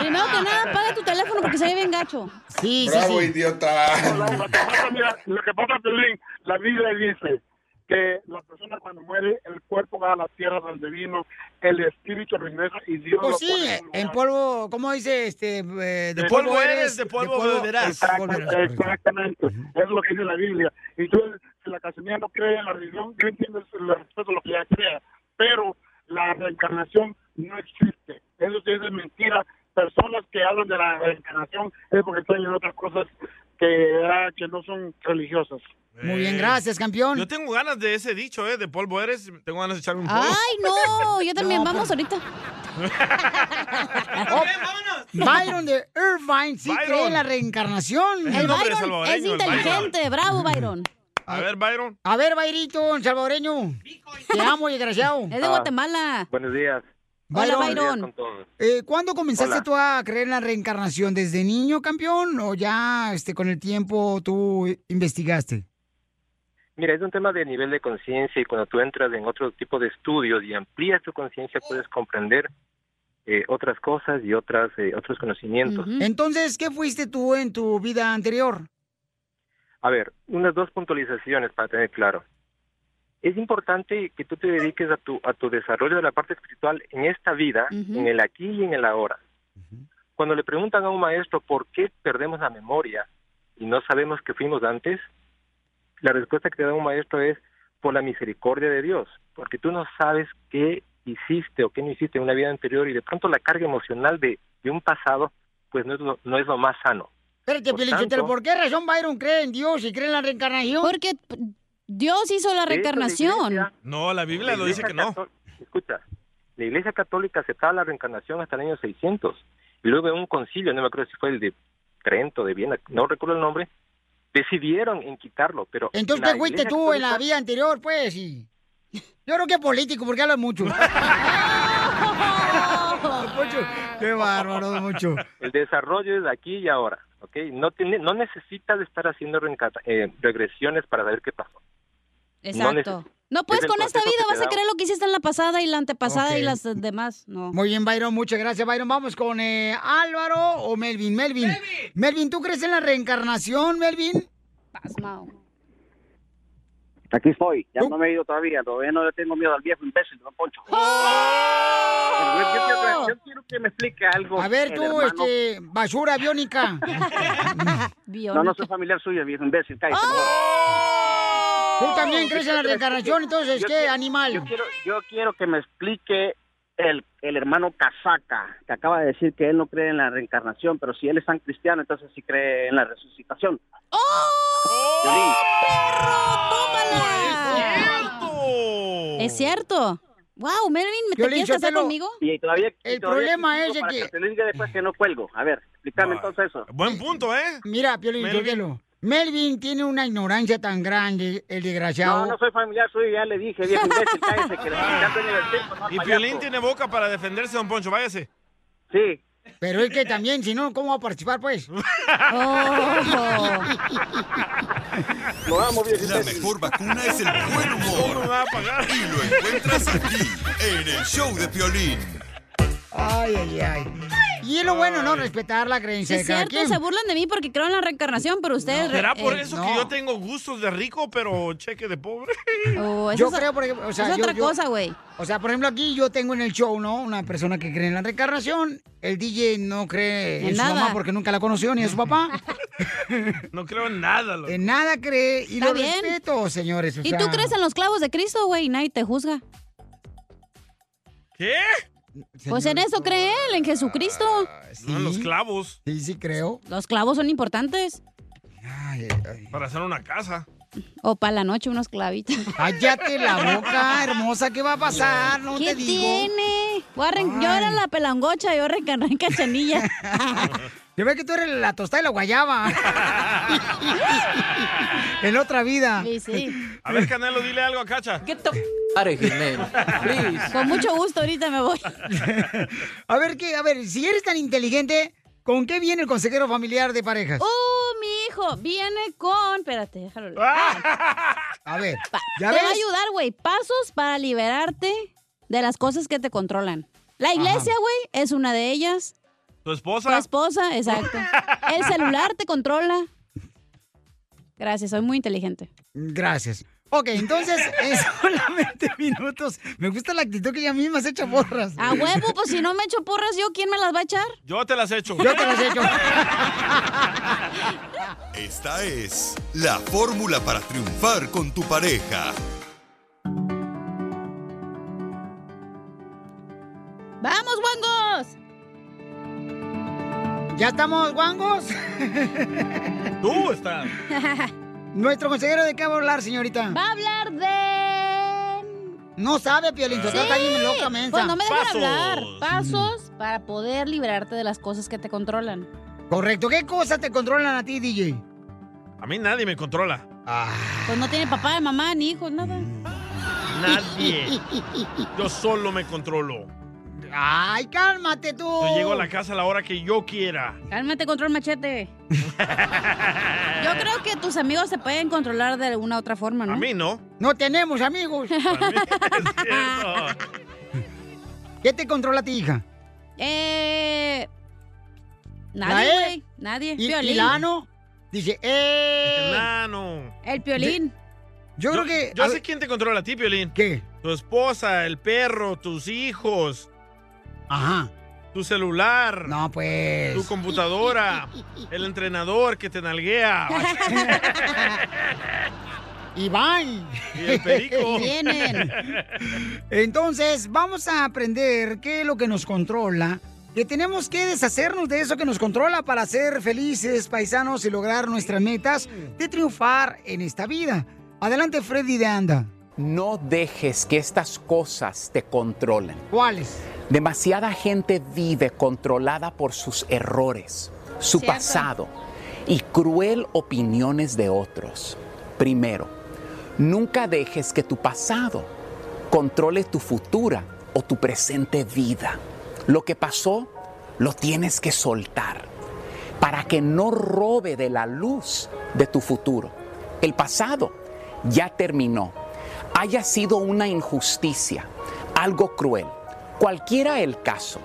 Speaker 5: Primero que nada, paga tu teléfono porque se ve bien gacho.
Speaker 3: Sí,
Speaker 17: Bravo,
Speaker 5: sí.
Speaker 17: idiota. Lo que pasa, mira, lo que pasa, Piolín, la Biblia dice que la persona cuando muere, el cuerpo va a la tierra donde vino, el espíritu regresa y Dios
Speaker 3: Pues
Speaker 17: lo
Speaker 3: sí,
Speaker 17: pone en un
Speaker 3: en polvo, ¿cómo dice? Este, eh, de,
Speaker 17: De
Speaker 3: polvo,
Speaker 17: polvo
Speaker 3: eres,
Speaker 17: eres, de polvo beberás.
Speaker 3: volverás.
Speaker 17: Exactamente, es lo que dice la Biblia. Y tú, si la casanilla no cree en la religión, yo entiendo el respeto a lo que ella crea, pero la reencarnación no existe. Eso sí es mentira. Personas que hablan de la reencarnación es porque creen en otras cosas que, ah, que no son religiosas.
Speaker 3: Muy bien, gracias, campeón.
Speaker 2: Yo tengo ganas de ese dicho, ¿eh? De polvo eres. Tengo ganas de echarme un polvo.
Speaker 5: Ay, no, yo también, vamos ahorita.
Speaker 3: Byron de Irvine sí
Speaker 2: Byron.
Speaker 3: cree en la reencarnación.
Speaker 2: Es El un hombre Byron salvadoreño, es el inteligente, Byron.
Speaker 5: bravo Byron.
Speaker 2: A ver, Byron.
Speaker 3: A ver, Bayrito, el salvadoreño. Te amo, desgraciado.
Speaker 5: Es de
Speaker 17: Ah.
Speaker 5: Guatemala.
Speaker 18: Buenos días.
Speaker 3: Hola,
Speaker 18: Buenos días
Speaker 3: Byron.
Speaker 18: con todos.
Speaker 3: Eh, ¿Cuándo comenzaste
Speaker 18: Hola.
Speaker 3: tú a creer en la reencarnación? ¿Desde niño, campeón? ¿O ya este, con el tiempo tú investigaste?
Speaker 19: Mira, es un tema de nivel de conciencia y cuando tú entras en otro tipo de estudios y amplías tu conciencia puedes comprender eh, otras cosas y otras eh, otros conocimientos.
Speaker 3: Entonces, ¿qué fuiste tú en tu vida anterior?
Speaker 19: A ver, unas dos puntualizaciones para tener claro. Es importante que tú te dediques a tu, a tu desarrollo de la parte espiritual en esta vida,
Speaker 16: Ujú.
Speaker 19: en el aquí y en el ahora. Cuando le preguntan a un maestro por qué perdemos la memoria y no sabemos que fuimos antes, la respuesta que te da un maestro es por la misericordia de Dios, porque tú no sabes qué hiciste o qué no hiciste en una vida anterior y de pronto la carga emocional de, de un pasado pues no es lo, no es lo más sano.
Speaker 3: Espérate,
Speaker 19: Por
Speaker 3: Pelichotelo,
Speaker 19: Pues tanto-
Speaker 3: ¿por qué razón Byron cree en Dios y cree en la reencarnación? Porque Dios hizo la
Speaker 19: reencarnación.
Speaker 2: No, la Biblia lo dice que no.
Speaker 19: Escucha, la Iglesia Católica aceptaba la reencarnación hasta el año 600 y luego en un concilio, no me acuerdo si fue el de Trento, de Viena, no recuerdo el nombre, decidieron en quitarlo, pero...
Speaker 3: Entonces,
Speaker 19: la
Speaker 3: ¿qué fuiste
Speaker 19: Iglesia
Speaker 3: tú en la
Speaker 19: Católica-
Speaker 3: vida anterior, pues? Y... Yo creo que político, porque habla mucho. Don Poncho, ¡Qué bárbaro, don Poncho.
Speaker 19: El desarrollo es aquí y ahora, ¿ok? No, tiene, no necesitas estar haciendo reencarna- eh, regresiones para saber qué pasó.
Speaker 5: Exacto.
Speaker 19: neces-
Speaker 5: No, pues
Speaker 19: es el
Speaker 5: con esta
Speaker 19: consejo
Speaker 5: vida
Speaker 19: que
Speaker 5: vas
Speaker 19: te
Speaker 5: a
Speaker 19: da-
Speaker 5: creer lo que hiciste en la pasada y la antepasada y
Speaker 3: Ok.
Speaker 5: las demás, no.
Speaker 3: Muy bien, Byron, muchas gracias, Byron. Vamos con eh, Álvaro o Melvin. Melvin. Melvin. ¿tú crees en la reencarnación,
Speaker 14: Pues
Speaker 3: Melvin?
Speaker 5: Pasmao.
Speaker 14: Aquí estoy, ya no me he ido todavía, todavía no le tengo miedo al viejo imbécil, don Poncho. Pero yo- yo quiero que- yo quiero que me explique algo.
Speaker 3: Oh. A ver,
Speaker 14: el
Speaker 3: tú,
Speaker 14: hermano.
Speaker 3: este, basura biónica.
Speaker 14: No, no soy familiar suyo, viejo imbécil, cállate.
Speaker 3: ¿Tú también crees en la reencarnación? Entonces, ¿qué,
Speaker 14: no.
Speaker 3: animal?
Speaker 14: Yo quiero, yo quiero que me explique el, el hermano Casaca, que acaba de decir que él no cree en la reencarnación, pero si él es tan cristiano, entonces sí cree en la resucitación. Piolín.
Speaker 5: Es cierto. Wow, Melvin, ¿me te quieres casar conmigo?
Speaker 14: Y todavía, y
Speaker 5: El
Speaker 14: todavía
Speaker 5: problema
Speaker 14: critico
Speaker 5: es
Speaker 14: para
Speaker 5: que-
Speaker 14: que te diga después que no cuelgo. A ver, explícame entonces eso.
Speaker 2: Buen punto, ¿eh?
Speaker 3: Mira, Piolín,
Speaker 14: Melvin.
Speaker 3: Melvin. Melvin tiene una ignorancia tan grande, el desgraciado.
Speaker 14: No, no soy familiar suyo, ya le dije, viejo imbécil, cállese, que le ya dueño del circo, no
Speaker 2: Y
Speaker 14: payaso.
Speaker 2: Piolín tiene boca para defenderse, don Poncho, váyase.
Speaker 14: Sí.
Speaker 3: Pero es que también, si no, ¿cómo va a participar, pues?
Speaker 5: Oh.
Speaker 14: Lo amo,
Speaker 6: La mejor vacuna es el buen humor. Y lo encuentras aquí, en el show de Piolín.
Speaker 3: Ay, ay, ay. Y es lo bueno, ¿no? Respetar la creencia
Speaker 5: Es
Speaker 3: de cada
Speaker 5: cierto,
Speaker 3: quien.
Speaker 5: se burlan de mí porque creo en la reencarnación, pero ustedes...
Speaker 2: ¿Será por
Speaker 5: eh,
Speaker 2: eso
Speaker 5: no.
Speaker 2: que yo tengo gustos de rico, pero cheque de pobre?
Speaker 5: Oh, eso
Speaker 3: yo
Speaker 5: es-
Speaker 3: creo, por ejemplo, o sea,
Speaker 5: es
Speaker 3: yo-
Speaker 5: otra
Speaker 3: yo-
Speaker 5: cosa, güey.
Speaker 3: O sea, por ejemplo, aquí yo tengo en el show, ¿no? Una persona que cree en la reencarnación. El DJ no cree en,
Speaker 2: En
Speaker 3: su
Speaker 2: nada.
Speaker 3: mamá porque nunca la conoció ni a su papá.
Speaker 2: No creo en nada, loco.
Speaker 3: En nada cree y
Speaker 5: Está
Speaker 3: lo
Speaker 5: bien.
Speaker 3: respeto, señores. o
Speaker 5: Y tú
Speaker 3: sea.
Speaker 5: crees en los clavos de Cristo, güey, y nadie te juzga.
Speaker 2: ¿Qué?
Speaker 5: Pues en eso cree él, en Jesucristo.
Speaker 2: No, en los clavos.
Speaker 3: Sí, sí creo.
Speaker 5: Los clavos son importantes.
Speaker 2: Para hacer una casa.
Speaker 5: O para la noche unos clavitos.
Speaker 3: Cállate la boca, hermosa. ¿Qué va a pasar? No
Speaker 5: ¿Qué
Speaker 3: te digo.
Speaker 5: tiene? Voy a reen- Yo era la pelangocha, yo reencarné en cachanilla.
Speaker 3: Yo veo que tú eres la tostada de la guayaba. en otra vida.
Speaker 5: Sí, sí.
Speaker 2: A ver, Canelo, dile algo a Cacha.
Speaker 5: ¿Qué Con mucho gusto, ahorita me voy.
Speaker 3: A ver, ¿qué? A ver, si eres tan inteligente, ¿con qué viene el consejero familiar de parejas?
Speaker 5: ¡Uh, mi hijo! Viene con... Espérate, déjalo. Ah,
Speaker 3: A ver,
Speaker 5: te
Speaker 3: Ah, ¿ya
Speaker 5: va a
Speaker 3: ves?
Speaker 5: ayudar, güey. Pasos para liberarte de las cosas que te controlan. La iglesia, güey, es una de ellas.
Speaker 2: ¿Tu
Speaker 5: Tu
Speaker 2: esposa?
Speaker 5: esposa, exacto. El celular te controla. Gracias, soy muy inteligente.
Speaker 3: Gracias. Ok, entonces, en solamente minutos. Me gusta la actitud que ella misma se echa porras.
Speaker 5: A huevo, pues si no me echo porras, ¿yo quién me las va a echar?
Speaker 2: Yo te las echo.
Speaker 3: Yo te las echo.
Speaker 6: Esta es la fórmula para triunfar con tu pareja.
Speaker 5: ¡Vamos, guangos!
Speaker 3: ¿Ya estamos, guangos?
Speaker 2: Tú estás.
Speaker 3: Nuestro consejero de qué va a hablar, señorita.
Speaker 5: Va a hablar de...
Speaker 3: No sabe, Piolín, Sotelo, está bien loca, mensa.
Speaker 5: Pues no me dejan hablar. Pasos para poder liberarte de las cosas que te controlan.
Speaker 3: Correcto. ¿Qué cosas te controlan a ti, DJ?
Speaker 2: A mí nadie me controla.
Speaker 3: Ah.
Speaker 5: Pues no tiene papá, mamá, ni hijos, nada.
Speaker 2: Nadie. Yo solo me controlo.
Speaker 3: Ay, cálmate tú.
Speaker 2: Yo llego a la casa a la hora que yo quiera.
Speaker 5: Cálmate, control machete. Yo creo que tus amigos se pueden controlar de alguna otra forma, ¿no?
Speaker 2: A mí no.
Speaker 3: No tenemos amigos. ¿Qué te controla a ti, hija?
Speaker 5: Eh.
Speaker 3: ¿La
Speaker 5: Nadie,
Speaker 3: E?
Speaker 5: güey. Nadie.
Speaker 3: ¿Y-
Speaker 5: Piolín.
Speaker 3: y la ano? Dice, ¡eh!
Speaker 5: El piolín.
Speaker 3: Yo, creo que.
Speaker 2: Yo
Speaker 3: a
Speaker 2: sé
Speaker 3: ver-
Speaker 2: quién te controla a ti, Piolín.
Speaker 3: ¿Qué?
Speaker 2: Tu esposa, el perro, tus hijos.
Speaker 3: Ajá.
Speaker 2: Tu celular.
Speaker 3: No, pues.
Speaker 2: Tu computadora. el entrenador que te nalguea.
Speaker 3: Iván.
Speaker 2: Y el perico.
Speaker 3: Vienen. Entonces, vamos a aprender qué es lo que nos controla. Que tenemos que deshacernos de eso que nos controla para ser felices, paisanos, y lograr nuestras metas de triunfar en esta vida. Adelante, Freddy de Anda.
Speaker 20: No dejes que estas cosas te controlen.
Speaker 3: ¿Cuáles?
Speaker 20: Demasiada gente vive controlada por sus errores, su
Speaker 21: Cierto.
Speaker 20: pasado y cruel opiniones de otros. Primero, nunca dejes que tu pasado controle tu futura o tu presente vida. Lo que pasó lo tienes que soltar para que no robe de la luz de tu futuro. El pasado ya terminó. Haya sido una injusticia, algo cruel, cualquiera el caso.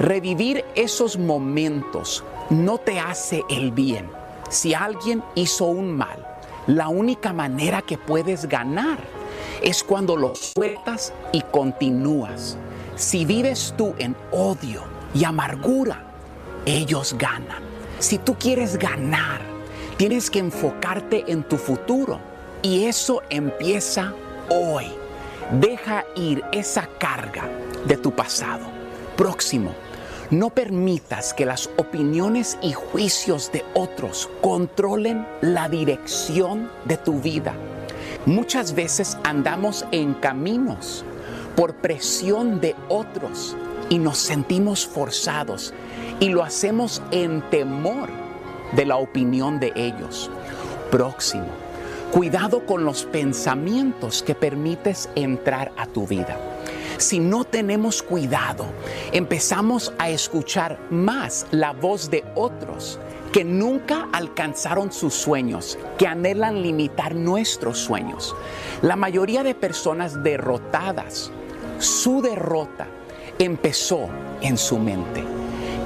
Speaker 20: Revivir esos momentos no te hace el bien. Si alguien hizo un mal, la única manera que puedes ganar es cuando lo sueltas y continúas. Si vives tú en odio y amargura, ellos ganan. Si tú quieres ganar, tienes que enfocarte en tu futuro. Y eso empieza hoy. Deja ir esa carga de tu pasado. Próximo, no permitas que las opiniones y juicios de otros controlen la dirección de tu vida. Muchas veces andamos en caminos por presión de otros y nos sentimos forzados y lo hacemos en temor de la opinión de ellos. Próximo, cuidado con los pensamientos que permites entrar a tu vida. Si no tenemos cuidado, empezamos a escuchar más la voz de otros que nunca alcanzaron sus sueños, que anhelan limitar nuestros sueños. La mayoría de personas derrotadas, su derrota empezó en su mente.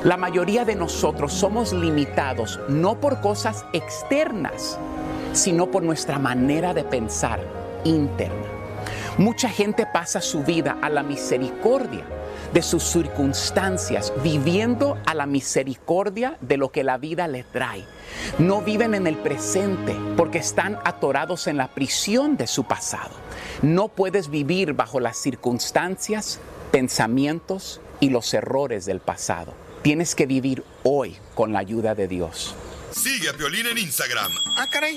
Speaker 20: La mayoría de nosotros somos limitados no por cosas externas, sino por nuestra manera de pensar interna. Mucha gente pasa su vida a la misericordia de sus circunstancias, viviendo a la misericordia de lo que la vida le trae. No viven en el presente porque están atorados en la prisión de su pasado. No puedes vivir bajo las circunstancias, pensamientos y los errores del pasado. Tienes que vivir hoy con la ayuda de Dios.
Speaker 6: Sigue a Violín en Instagram,
Speaker 22: Ah, caray.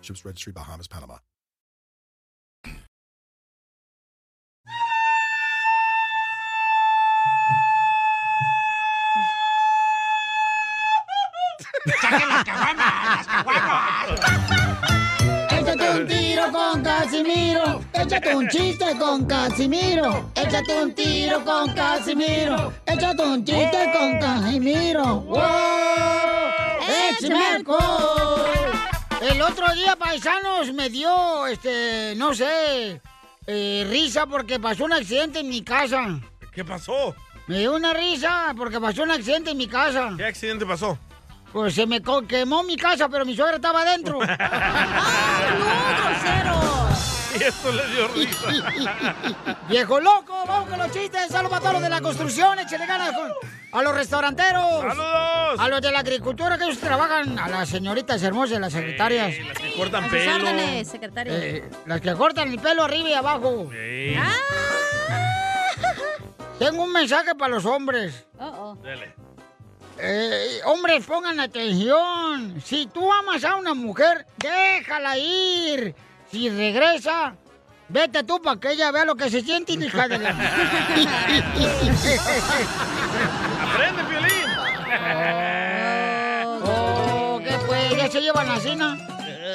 Speaker 23: Ships Registry, Bahamas, Panama.
Speaker 3: Échate un tiro con Casimiro. Échate un chiste con Casimiro. Échate un tiro con Casimiro. Échate un chiste con Casimiro. ¡Wow! ¡Échame alcohol! El otro día, paisanos, me dio, este, no sé, eh, risa porque pasó un accidente en mi casa.
Speaker 2: ¿Qué pasó?
Speaker 3: Me dio una risa porque pasó un accidente en mi casa.
Speaker 2: ¿Qué accidente pasó?
Speaker 3: Pues se me co- quemó mi casa, pero mi suegra estaba adentro.
Speaker 2: Y esto le dio risa.
Speaker 3: ¡Viejo loco! ¡Vamos con los chistes! ¡Saludos a todos los de la construcción! ¡Échale ganas con- a los restauranteros!
Speaker 2: ¡Saludos!
Speaker 3: A los de la agricultura que ellos trabajan, a las señoritas hermosas, las secretarias.
Speaker 2: las que cortan
Speaker 3: A sus
Speaker 2: pelo.
Speaker 3: órdenes,
Speaker 5: secretaria.
Speaker 3: Eh, las que cortan el pelo arriba y abajo.
Speaker 2: Sí.
Speaker 3: Ah. Tengo un mensaje para los hombres.
Speaker 5: Oh,
Speaker 2: Dale.
Speaker 3: Eh, hombres, pongan atención. Si tú amas a una mujer, déjala ir. Si regresa, vete tú para que ella vea lo que se siente, hija de la...
Speaker 2: ¡Aprende, Piolín!
Speaker 3: Oh, ¿qué pues? ¿Ya se llevan a Cina?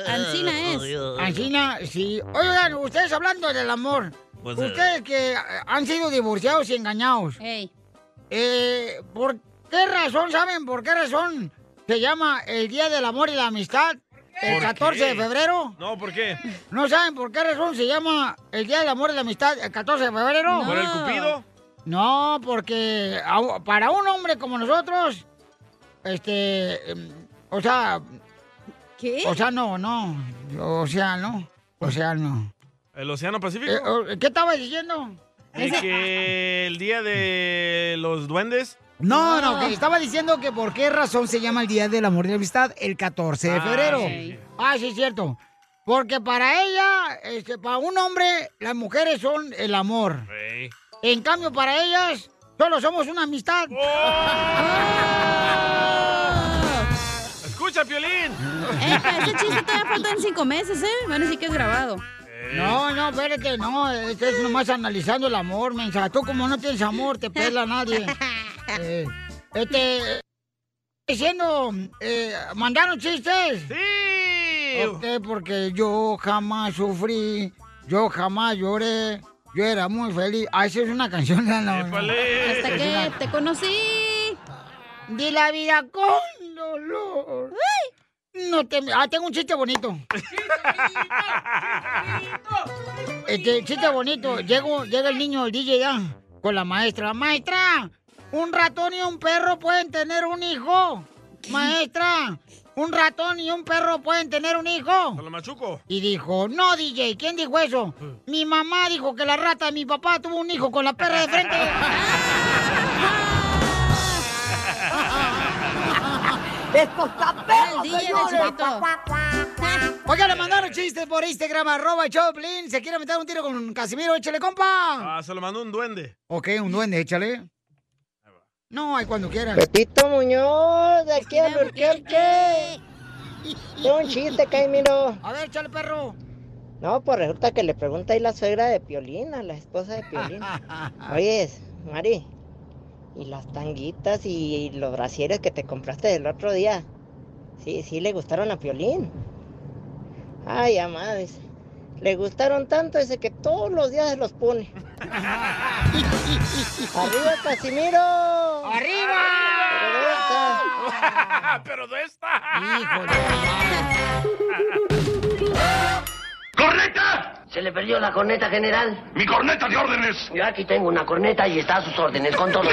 Speaker 5: Ancina es.
Speaker 3: Ancina, sí. oh. Oigan, ustedes hablando del amor.
Speaker 5: Pues, eh.
Speaker 3: ustedes que eh, han sido divorciados y engañados. Eh, ¿Por qué razón, saben por qué razón se llama el Día del Amor y la Amistad? El
Speaker 2: ¿Por
Speaker 3: 14 de
Speaker 2: qué?
Speaker 3: febrero.
Speaker 2: No, ¿por qué?
Speaker 3: ¿No saben por qué razón se llama el Día del Amor y la Amistad el 14 de febrero?
Speaker 2: ¿Por el cupido?
Speaker 3: No, porque a- para un hombre como nosotros, este, em, o sea...
Speaker 5: ¿Qué?
Speaker 3: O sea, no, no. O sea, no. O sea, no.
Speaker 2: ¿El Océano Pacífico?
Speaker 3: Eh, o- ¿Qué estaba diciendo?
Speaker 2: ¿Y que el día de los duendes?
Speaker 3: No, no, que estaba diciendo que por qué razón se llama el Día del Amor y la Amistad el 14 de
Speaker 2: Ah,
Speaker 3: febrero.
Speaker 2: sí, sí.
Speaker 3: Ah, sí, es cierto. Porque para ella, este, para un hombre, las mujeres son el amor.
Speaker 2: Ey.
Speaker 3: En cambio, para ellas, solo somos una
Speaker 2: ¡Oh!
Speaker 3: amistad. ¡Ah!
Speaker 2: ¡Escucha, Piolín!
Speaker 5: Eh, para ese chiste todavía faltan cinco meses, ¿eh? Van a decir que es grabado.
Speaker 2: eh.
Speaker 3: No, no, espérate, no, este es nomás analizando el amor, mensa. Tú como no tienes amor, te pela nadie. Eh, este, diciendo, eh, ¿mandaron chistes?
Speaker 2: ¡Sí!
Speaker 3: Ok, porque yo jamás sufrí, yo jamás lloré, yo era muy feliz. Ah, esa es una canción, la no, no.
Speaker 2: Épale.
Speaker 5: Hasta que te conocí.
Speaker 3: De la vida con dolor. No te... Ah, tengo un chiste bonito. Este, chiste bonito. Llego, llega el niño, el DJ ya, con la maestra. Maestra, un ratón y un perro pueden tener un hijo. Maestra, un ratón y un perro pueden tener un hijo.
Speaker 2: ¿Con lo machuco?
Speaker 3: Y dijo, no, DJ, ¿quién dijo eso? Mi mamá dijo que la rata de mi papá tuvo un hijo con la perra de frente. ¡Esto está
Speaker 5: perro, El DJ del señores. chiquito.
Speaker 3: Oiga, le mandaron chistes por Instagram, arroba el Choplin. ¿Se quiere meter un tiro con Casimiro? Échale, compa.
Speaker 2: Ah, se lo mandó un duende.
Speaker 3: Ok, un duende, échale. No, hay cuando quieras.
Speaker 1: Pepito Muñoz, de aquí a Lurquerque. Un chiste, Caimiro.
Speaker 3: A ver, échale, perro.
Speaker 1: No, pues resulta que le pregunta ahí la suegra de Piolina, la esposa de Piolina. Oye, Mari, ¿y las tanguitas y los brasieres que te compraste el otro día? Sí, sí le gustaron a Piolín. Ay, amada, dice. Le gustaron tanto, dice que todos los días se los pone. ¡Arriba, Casimiro!
Speaker 2: ¡Arriba! ¡Pero de esta!
Speaker 1: ¡Corneta! Se le perdió la corneta, general. ¡Mi corneta de órdenes! Yo aquí tengo una corneta y está a sus órdenes con todo.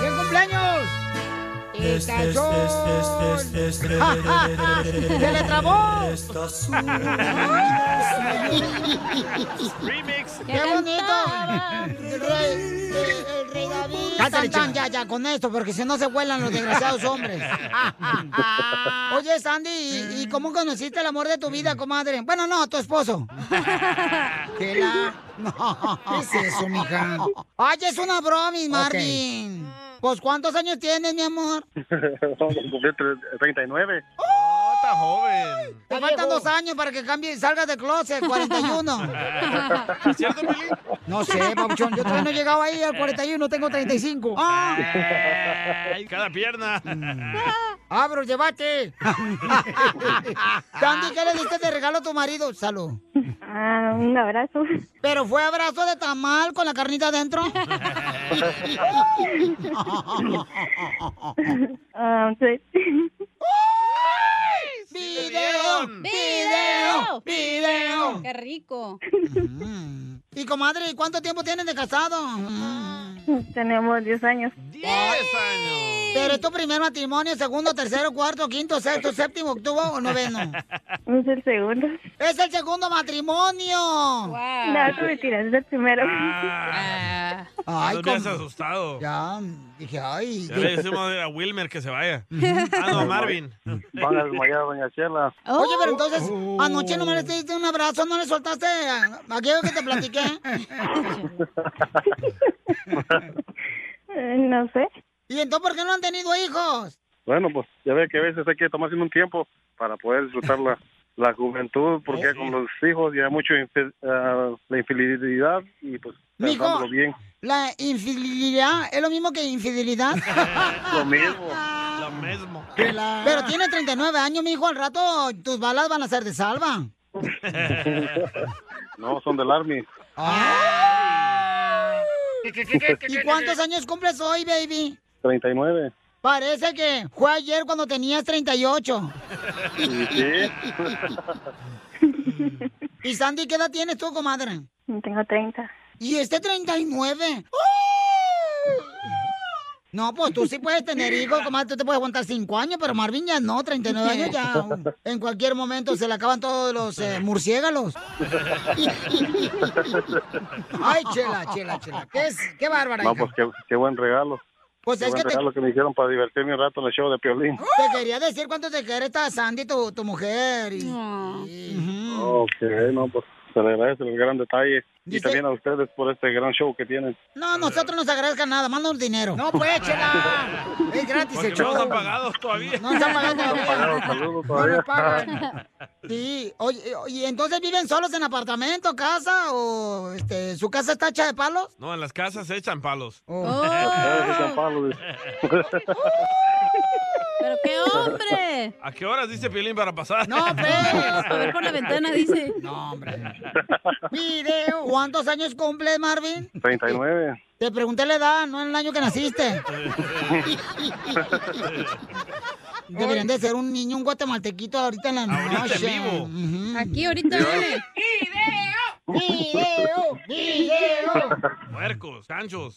Speaker 3: ¡Bien cumpleaños! Estas son- ¡Se le trabó! este.
Speaker 2: Remix.
Speaker 3: ¡Ah! ¡Qué bonito! Rey- el rey David. Tan, tan, ya, ya, con esto, porque si no se vuelan los desgraciados hombres. Oye, Sandy, ¿y, y cómo conociste el amor de tu vida, comadre? Bueno, no, tu esposo. Tela. No. ¿Qué es eso, mija? Ay, es una bromis, Marvin. Pues, ¿cuántos años tienes, mi amor?
Speaker 17: Vamos a cumplir eh, tre- 39.
Speaker 2: ¡Oh, está joven!
Speaker 3: Te faltan dos años para que cambie, salgas del closet, 41.
Speaker 2: ¿Es cierto, Piolín?
Speaker 3: No sé, papuchón, yo todavía no he llegado ahí al 41, tengo 35. ¡Ah!
Speaker 2: Ay, cada pierna.
Speaker 3: Mm. ¡Abro, llévate! Sandy, ¿qué le diste de regalo a tu marido? Salud.
Speaker 15: Ah, un abrazo.
Speaker 3: ¿Pero fue abrazo de tamal con la carnita adentro?
Speaker 15: Ah, sí.
Speaker 3: ¡Video! ¡Video! ¡Video!
Speaker 5: ¡Qué rico!
Speaker 3: Y comadre, ¿cuánto tiempo tienen de casado?
Speaker 15: Tenemos 10 años.
Speaker 3: ¿Pero es tu primer matrimonio, segundo, tercero, cuarto, quinto, sexto, séptimo, octavo o noveno?
Speaker 15: Es el segundo.
Speaker 3: ¡Es el segundo matrimonio!
Speaker 15: No, tú me tiras, es el primero.
Speaker 13: Ah,
Speaker 3: Ay,
Speaker 2: no me has
Speaker 3: com-
Speaker 2: asustado.
Speaker 3: Ya, dije, ay.
Speaker 2: Ya le decimos a Wilmer que se vaya. Ah, no, a Marvin.
Speaker 17: Van a desmayar a Doña Chela.
Speaker 3: Oye,
Speaker 2: Oh.
Speaker 3: pero entonces, anoche nomás le diste un abrazo, no le soltaste a- a aquello que te platiqué.
Speaker 15: Eh, No sé.
Speaker 3: ¿Y entonces por qué no han tenido hijos?
Speaker 17: Bueno, pues ya ve que a veces hay que tomarse un tiempo para poder disfrutar la, la juventud, porque con los hijos ya hay mucho infi- ah, la infidelidad y pues
Speaker 3: Mijo.
Speaker 17: tratándolo bien.
Speaker 3: ¿La infidelidad es lo mismo que infidelidad?
Speaker 17: Lo mismo.
Speaker 3: Ah.
Speaker 2: Lo mismo.
Speaker 3: Pero tiene 39 años, mijo, al rato tus balas van a ser de salva.
Speaker 17: no, son del Army.
Speaker 3: Ah. ¿Y cuántos años cumples hoy, baby?
Speaker 17: 39.
Speaker 3: Parece que fue ayer cuando tenías 38.
Speaker 17: ¿Y sí?
Speaker 3: ¿Y Sandy qué edad tienes tú, comadre?
Speaker 15: Tengo 30.
Speaker 3: ¿Y este 39? ¡Oh! No, pues tú sí puedes tener hijos, comadre, tú te puedes aguantar 5 años, pero Marvin ya no, 39 años ya. En cualquier momento se le acaban todos los eh, murciélagos. Ay, chela, chela, chela. Qué, es, qué bárbara,
Speaker 17: No,
Speaker 3: hija.
Speaker 17: pues qué, qué buen regalo.
Speaker 3: Pues
Speaker 17: qué
Speaker 3: es
Speaker 17: buen
Speaker 3: que te-
Speaker 17: regalo que me hicieron para divertirme un rato en el show de Piolín.
Speaker 3: Te quería decir cuánto te quiere esta Sandy, tu, tu mujer. y-
Speaker 17: Ok, no, pues se le agradece el gran detalle. Y también a ustedes por este gran show que tienen.
Speaker 3: No, nosotros nos agradezcan nada, mándanos dinero. No, pues, chela. Es gratis
Speaker 2: Porque
Speaker 3: el
Speaker 2: no
Speaker 3: show.
Speaker 2: nos han pagado todavía.
Speaker 3: No nos han pagado
Speaker 17: No han pagado, saludos todavía.
Speaker 3: nos pagan. Sí, oye, oye, entonces viven solos en apartamento, casa o este, su casa está hecha de palos.
Speaker 2: No, en las casas se echan palos.
Speaker 3: Oh.
Speaker 5: ¡Pero qué hombre!
Speaker 2: ¿A qué horas dice Piolín para pasar?
Speaker 3: No, pues.
Speaker 5: A ver por la ventana, dice.
Speaker 3: No, hombre. Video. ¿Cuántos años cumple Marvin?
Speaker 17: 39.
Speaker 3: Te pregunté la edad, no en el año que naciste. Deberían de ser un niño, un guatemaltequito ahorita en la noche.
Speaker 5: Aquí ahorita viene.
Speaker 3: ¡Video! ¡Video!
Speaker 2: Puercos, canchos.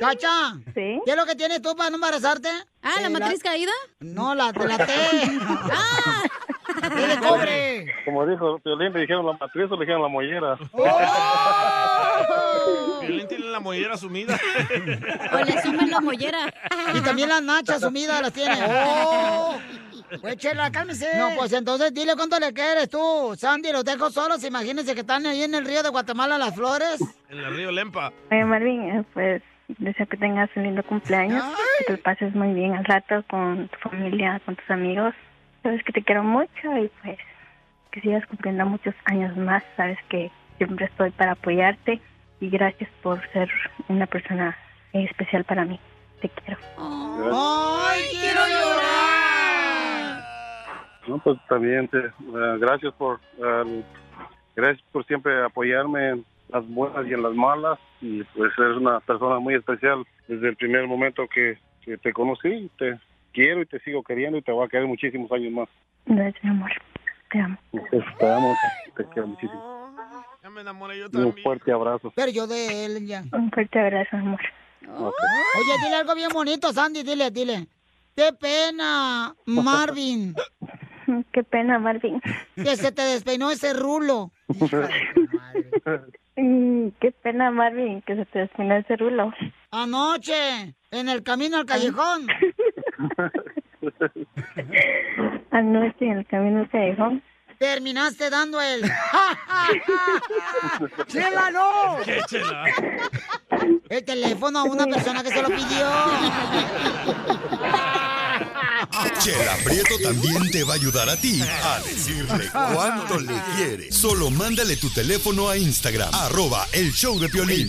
Speaker 3: Cacha, ¿qué es lo que tienes tú para no embarazarte? Ah,
Speaker 5: ¿la matriz
Speaker 3: caída? No, la, la T. ¡Ah! ¡Es de cobre!
Speaker 17: Como dijo Piolín, le dijeron la matriz o le dijeron la mollera.
Speaker 2: Piolín tiene la mollera sumida.
Speaker 5: O le sumen la mollera.
Speaker 3: Y también las nachas sumidas las tiene. ¡Oh! Pues chela, cálmese. No, pues entonces dile cuánto le quieres tú. Sandy, los dejo solos. Imagínense que están ahí en el río de Guatemala las flores.
Speaker 2: En el río Lempa.
Speaker 15: Oye, Marvin, eh, pues deseo que tengas un lindo cumpleaños, que te lo pases muy bien al rato con tu familia, con tus amigos. Sabes que te quiero mucho y pues que sigas cumpliendo muchos años más. Sabes que siempre estoy para apoyarte y gracias por ser una persona eh, especial para mí. Te quiero.
Speaker 3: ¡Ay, quiero llorar!
Speaker 17: No, pues también te- eh, gracias por eh, gracias por siempre apoyarme en las buenas y en las malas y pues eres una persona muy especial desde el primer momento que, que te conocí te quiero y te sigo queriendo y te voy a querer muchísimos años más
Speaker 15: Gracias, mi amor. Te amo.
Speaker 17: Entonces, te amo te quiero muchísimo Y un fuerte abrazo
Speaker 3: Pero yo de él ya.
Speaker 15: Un fuerte abrazo, amor.
Speaker 3: Oh. Oye, dile algo bien bonito, Sandy. Dile, dile. Qué pena, Marvin,
Speaker 15: Qué pena, Marvin.
Speaker 3: que se te despeinó ese rulo.
Speaker 15: Mm, Qué pena, Marvin, que se te despinó el cerulo.
Speaker 3: Anoche, en el camino al callejón.
Speaker 15: Anoche en el camino te dejó.
Speaker 3: Terminaste dando el. ¡Chela, no!
Speaker 13: ¿Qué, Chela?
Speaker 3: El teléfono a una persona que se lo pidió.
Speaker 6: Chela Prieto también te va a ayudar a ti a decirle cuánto le quiere. Solo mándale tu teléfono a Instagram, arroba el show de Piolín.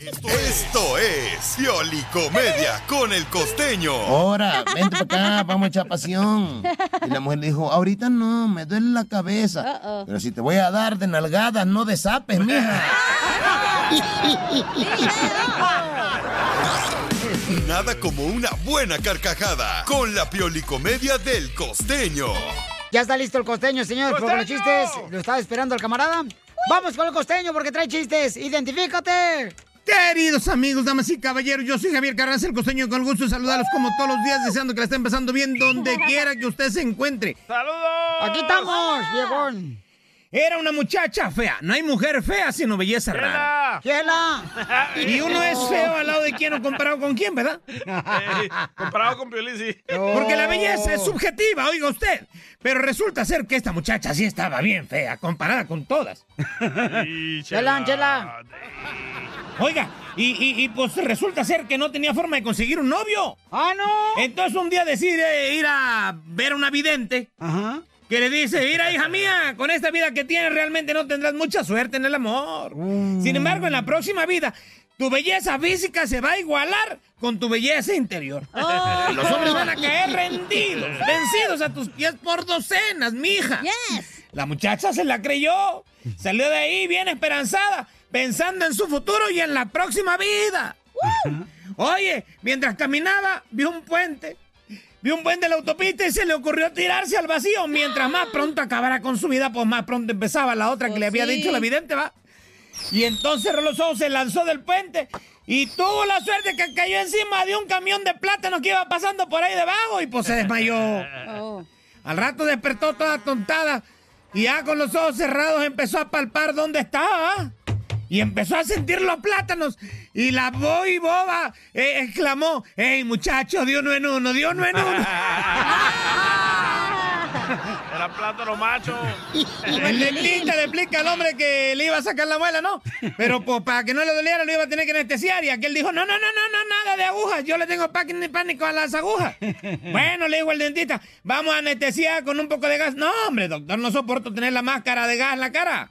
Speaker 6: Esto es Pioli Comedia con el costeño.
Speaker 16: Ahora, vente para acá, vamos a echar pasión. Y la mujer le dijo, ahorita no, me duele la cabeza. Pero si te voy a dar de nalgadas, no de zapes, mija.
Speaker 6: Nada como una buena carcajada con la Pioli Comedia del costeño.
Speaker 3: Ya está listo el costeño, señor, con los chistes. ¿Lo estaba esperando el camarada? Vamos con el costeño porque trae chistes. ¡Identifícate!
Speaker 4: Queridos amigos, damas y caballeros, yo soy Javier Carranza, el costeño, y con el gusto de saludarlos como todos los días, deseando que la estén pasando bien donde quiera que usted se encuentre.
Speaker 2: ¡Saludos!
Speaker 3: Aquí estamos, viejón.
Speaker 4: Era una muchacha fea. No hay mujer fea, sino belleza rara.
Speaker 3: ¡Chela!
Speaker 4: Y uno es feo al lado de quién o comparado con quién, ¿verdad?
Speaker 3: Ah.
Speaker 2: Eh, comparado con Piolín, sí.
Speaker 4: Porque la belleza es subjetiva, oiga usted. Pero resulta ser que esta muchacha sí estaba bien fea, comparada con todas.
Speaker 3: Chela, chela.
Speaker 4: Oiga, y, y- y, pues resulta ser que no tenía forma de conseguir un novio.
Speaker 3: ¡Ah, no!
Speaker 4: Entonces un día decide ir a ver a una vidente.
Speaker 3: Ajá.
Speaker 4: Que le dice, mira hija mía, con esta vida que tienes realmente no tendrás mucha suerte en el amor.
Speaker 3: Mm.
Speaker 4: Sin embargo, en la próxima vida, tu belleza física se va a igualar con tu belleza interior.
Speaker 3: Ah.
Speaker 4: Oh. Los hombres van a caer rendidos, vencidos a tus pies por docenas, mija. La muchacha se la creyó, salió de ahí bien esperanzada, pensando en su futuro y en la próxima vida. Oye, mientras caminaba, vio un puente. Vio un puente de la autopista y se le ocurrió tirarse al vacío. Mientras más pronto acabara con su vida, pues más pronto empezaba la otra que le había sí. dicho la vidente, va. Y entonces cerró los ojos, se lanzó del puente y tuvo la suerte que cayó encima de un camión de plátano que iba pasando por ahí debajo y pues se desmayó.
Speaker 5: Oh.
Speaker 4: Al rato despertó toda tontada y ya con los ojos cerrados empezó a palpar dónde estaba. ¿ah? Y empezó a sentir los plátanos. Y la boy boba eh, exclamó, ¡Ey, muchacho, de uno en uno, de uno en uno!
Speaker 2: Era plátano macho.
Speaker 4: El dentista le explica al hombre que le iba a sacar la muela, ¿no? Pero pues, para que no le doliera, lo iba a tener que anestesiar. Y aquel dijo, no, no, no, no, no, nada de agujas. Yo le tengo pa- pánico a las agujas. Bueno, le dijo el dentista, vamos a anestesiar con un poco de gas. No, hombre, doctor, no soporto tener la máscara de gas en la cara.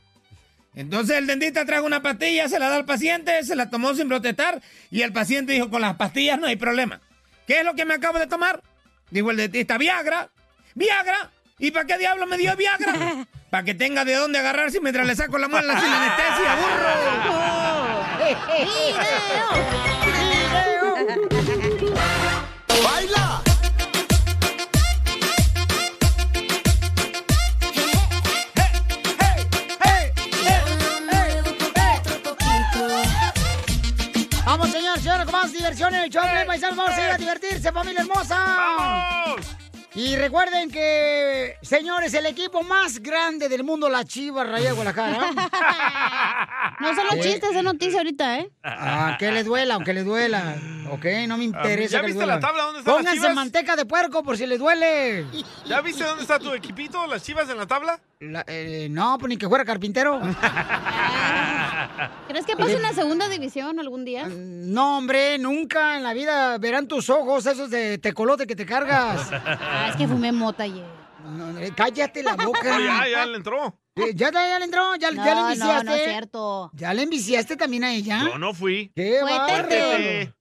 Speaker 4: Entonces el dentista trajo una pastilla, se la da al paciente, se la tomó sin protestar y el paciente dijo, con las pastillas no hay problema. ¿Qué es lo que me acabo de tomar? Dijo el dentista, Viagra, Viagra. ¿Y para qué diablo me dio Viagra? Para que tenga de dónde agarrarse mientras le saco la muela sin anestesia,
Speaker 6: ¡Baila!
Speaker 3: Vamos, señor, señor, con más diversión en el show. de Paisanos, vamos a ir a divertirse, familia hermosa. Y recuerden que, señores, el equipo más grande del mundo, la Chivas Raya de Guadalajara.
Speaker 5: No son los chistes, es noticia ahorita, ¿eh?
Speaker 3: Ah, que les duela, aunque les duela. Ok, no me interesa.
Speaker 2: ¿Ya
Speaker 3: que les
Speaker 2: viste la
Speaker 3: duela.
Speaker 2: tabla? ¿Dónde están las
Speaker 3: Pónganse
Speaker 2: chivas?
Speaker 3: manteca de puerco por si les duele.
Speaker 2: ¿Ya viste dónde está tu equipito, las chivas en la tabla?
Speaker 3: La- eh, no, pues ni que fuera carpintero.
Speaker 5: ¿Crees que pase una segunda división algún día?
Speaker 3: Ah, No, hombre, nunca en la vida verán tus ojos esos de tecolote que te cargas.
Speaker 5: Ah, es que fumé mota ayer.
Speaker 3: No, no, eh, cállate la boca.
Speaker 2: Oh, ya, ya le entró.
Speaker 3: Eh, Ya, ya, ya le entró, ya,
Speaker 5: No,
Speaker 3: ya le
Speaker 5: no,
Speaker 3: enviciaste.
Speaker 5: no es cierto. Pues,
Speaker 3: ¿Ya le enviciaste también a ella?
Speaker 2: Yo no fui.
Speaker 3: ¿Ah? ¡Qué
Speaker 2: Fue
Speaker 3: bárbaro!
Speaker 2: Tete.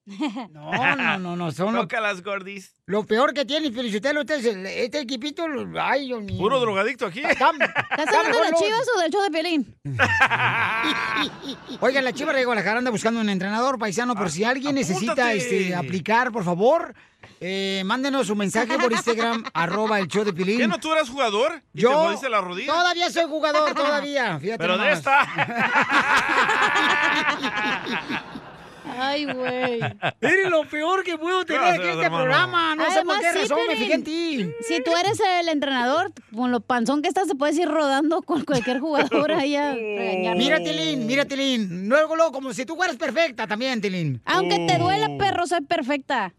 Speaker 3: No, no, no, no, son lo,
Speaker 2: Toca las gordis.
Speaker 3: lo peor que tiene Felicitelo. Este, es el- este equipito, lo- ay, Dios mío.
Speaker 2: Puro drogadicto aquí.
Speaker 3: ¿Estás
Speaker 5: hablando de las Chivas
Speaker 3: o del show de Pelín? Oigan, la Chivas de Guadalajara anda buscando un entrenador paisano,
Speaker 2: Ah,
Speaker 3: por si alguien necesita
Speaker 4: apúntate.
Speaker 3: este, aplicar, por favor, eh, mándenos su mensaje por Instagram, arroba el show de Pelín.
Speaker 2: ¿Qué no tú eras jugador? ¿Y
Speaker 3: Yo
Speaker 2: te jodiste la rodilla?
Speaker 3: Todavía soy jugador, todavía. Fíjate
Speaker 2: Pero de
Speaker 3: nomás.
Speaker 2: esta.
Speaker 3: Ay, güey. Eres lo peor que puedo tener
Speaker 5: Gracias,
Speaker 3: aquí en este
Speaker 5: hermano.
Speaker 3: programa. No sé por
Speaker 5: Además,
Speaker 3: qué
Speaker 5: sí,
Speaker 3: razón me
Speaker 5: Piolín.
Speaker 3: fijé en ti.
Speaker 5: Si tú eres el entrenador, con lo panzón que estás, te puedes ir rodando con cualquier jugador ahí a regañar.
Speaker 3: Mira, Tilín, mira, Tilín. Luego, luego, como si tú fueras perfecta también, Tilín. Oh.
Speaker 5: Aunque te duela, perro, soy perfecta.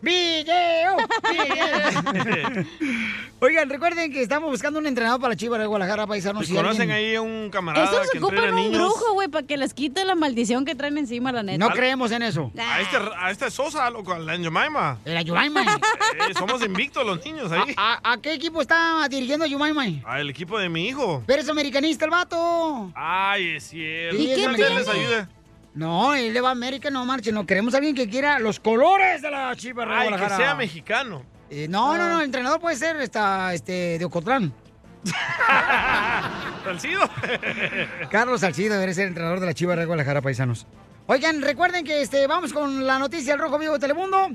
Speaker 3: ¡Video! oh, Oigan, recuerden que estamos buscando un entrenador para Chivas de Guadalajara, paisanos.
Speaker 2: Si
Speaker 3: si
Speaker 2: conocen
Speaker 3: alguien-
Speaker 2: ahí a un camarada
Speaker 5: Estos
Speaker 2: que
Speaker 5: ocupan
Speaker 2: entrena
Speaker 5: un
Speaker 2: niños.
Speaker 5: brujo, güey, para que les quite la maldición que traen encima, la neta.
Speaker 3: No creemos en eso.
Speaker 2: A este, a este Sosa, loco, a la Jemima.
Speaker 3: La Yumaima.
Speaker 2: Eh, somos invictos los niños ahí.
Speaker 3: ¿A, a- a qué equipo está dirigiendo Yumaima?
Speaker 2: Ah, el equipo de mi hijo.
Speaker 3: Pero es americanista el vato.
Speaker 2: Ay, es cierto.
Speaker 3: ¿Y qué
Speaker 2: Tal vez
Speaker 3: tiene?
Speaker 2: les ayude.
Speaker 3: No, él le va a América, no marchen. No queremos a alguien que quiera los colores de la Ah, Chivas de
Speaker 2: Ay, que
Speaker 3: Guadalajara.
Speaker 2: sea mexicano.
Speaker 3: Eh, no, no, no, el entrenador puede ser esta, este, de Ocotlán.
Speaker 2: ¿Salcido?
Speaker 3: Carlos Salcido eres el entrenador de la Chivas de Guadalajara, paisanos. Oigan, recuerden que este, vamos con la noticia del Rojo Vivo de Telemundo.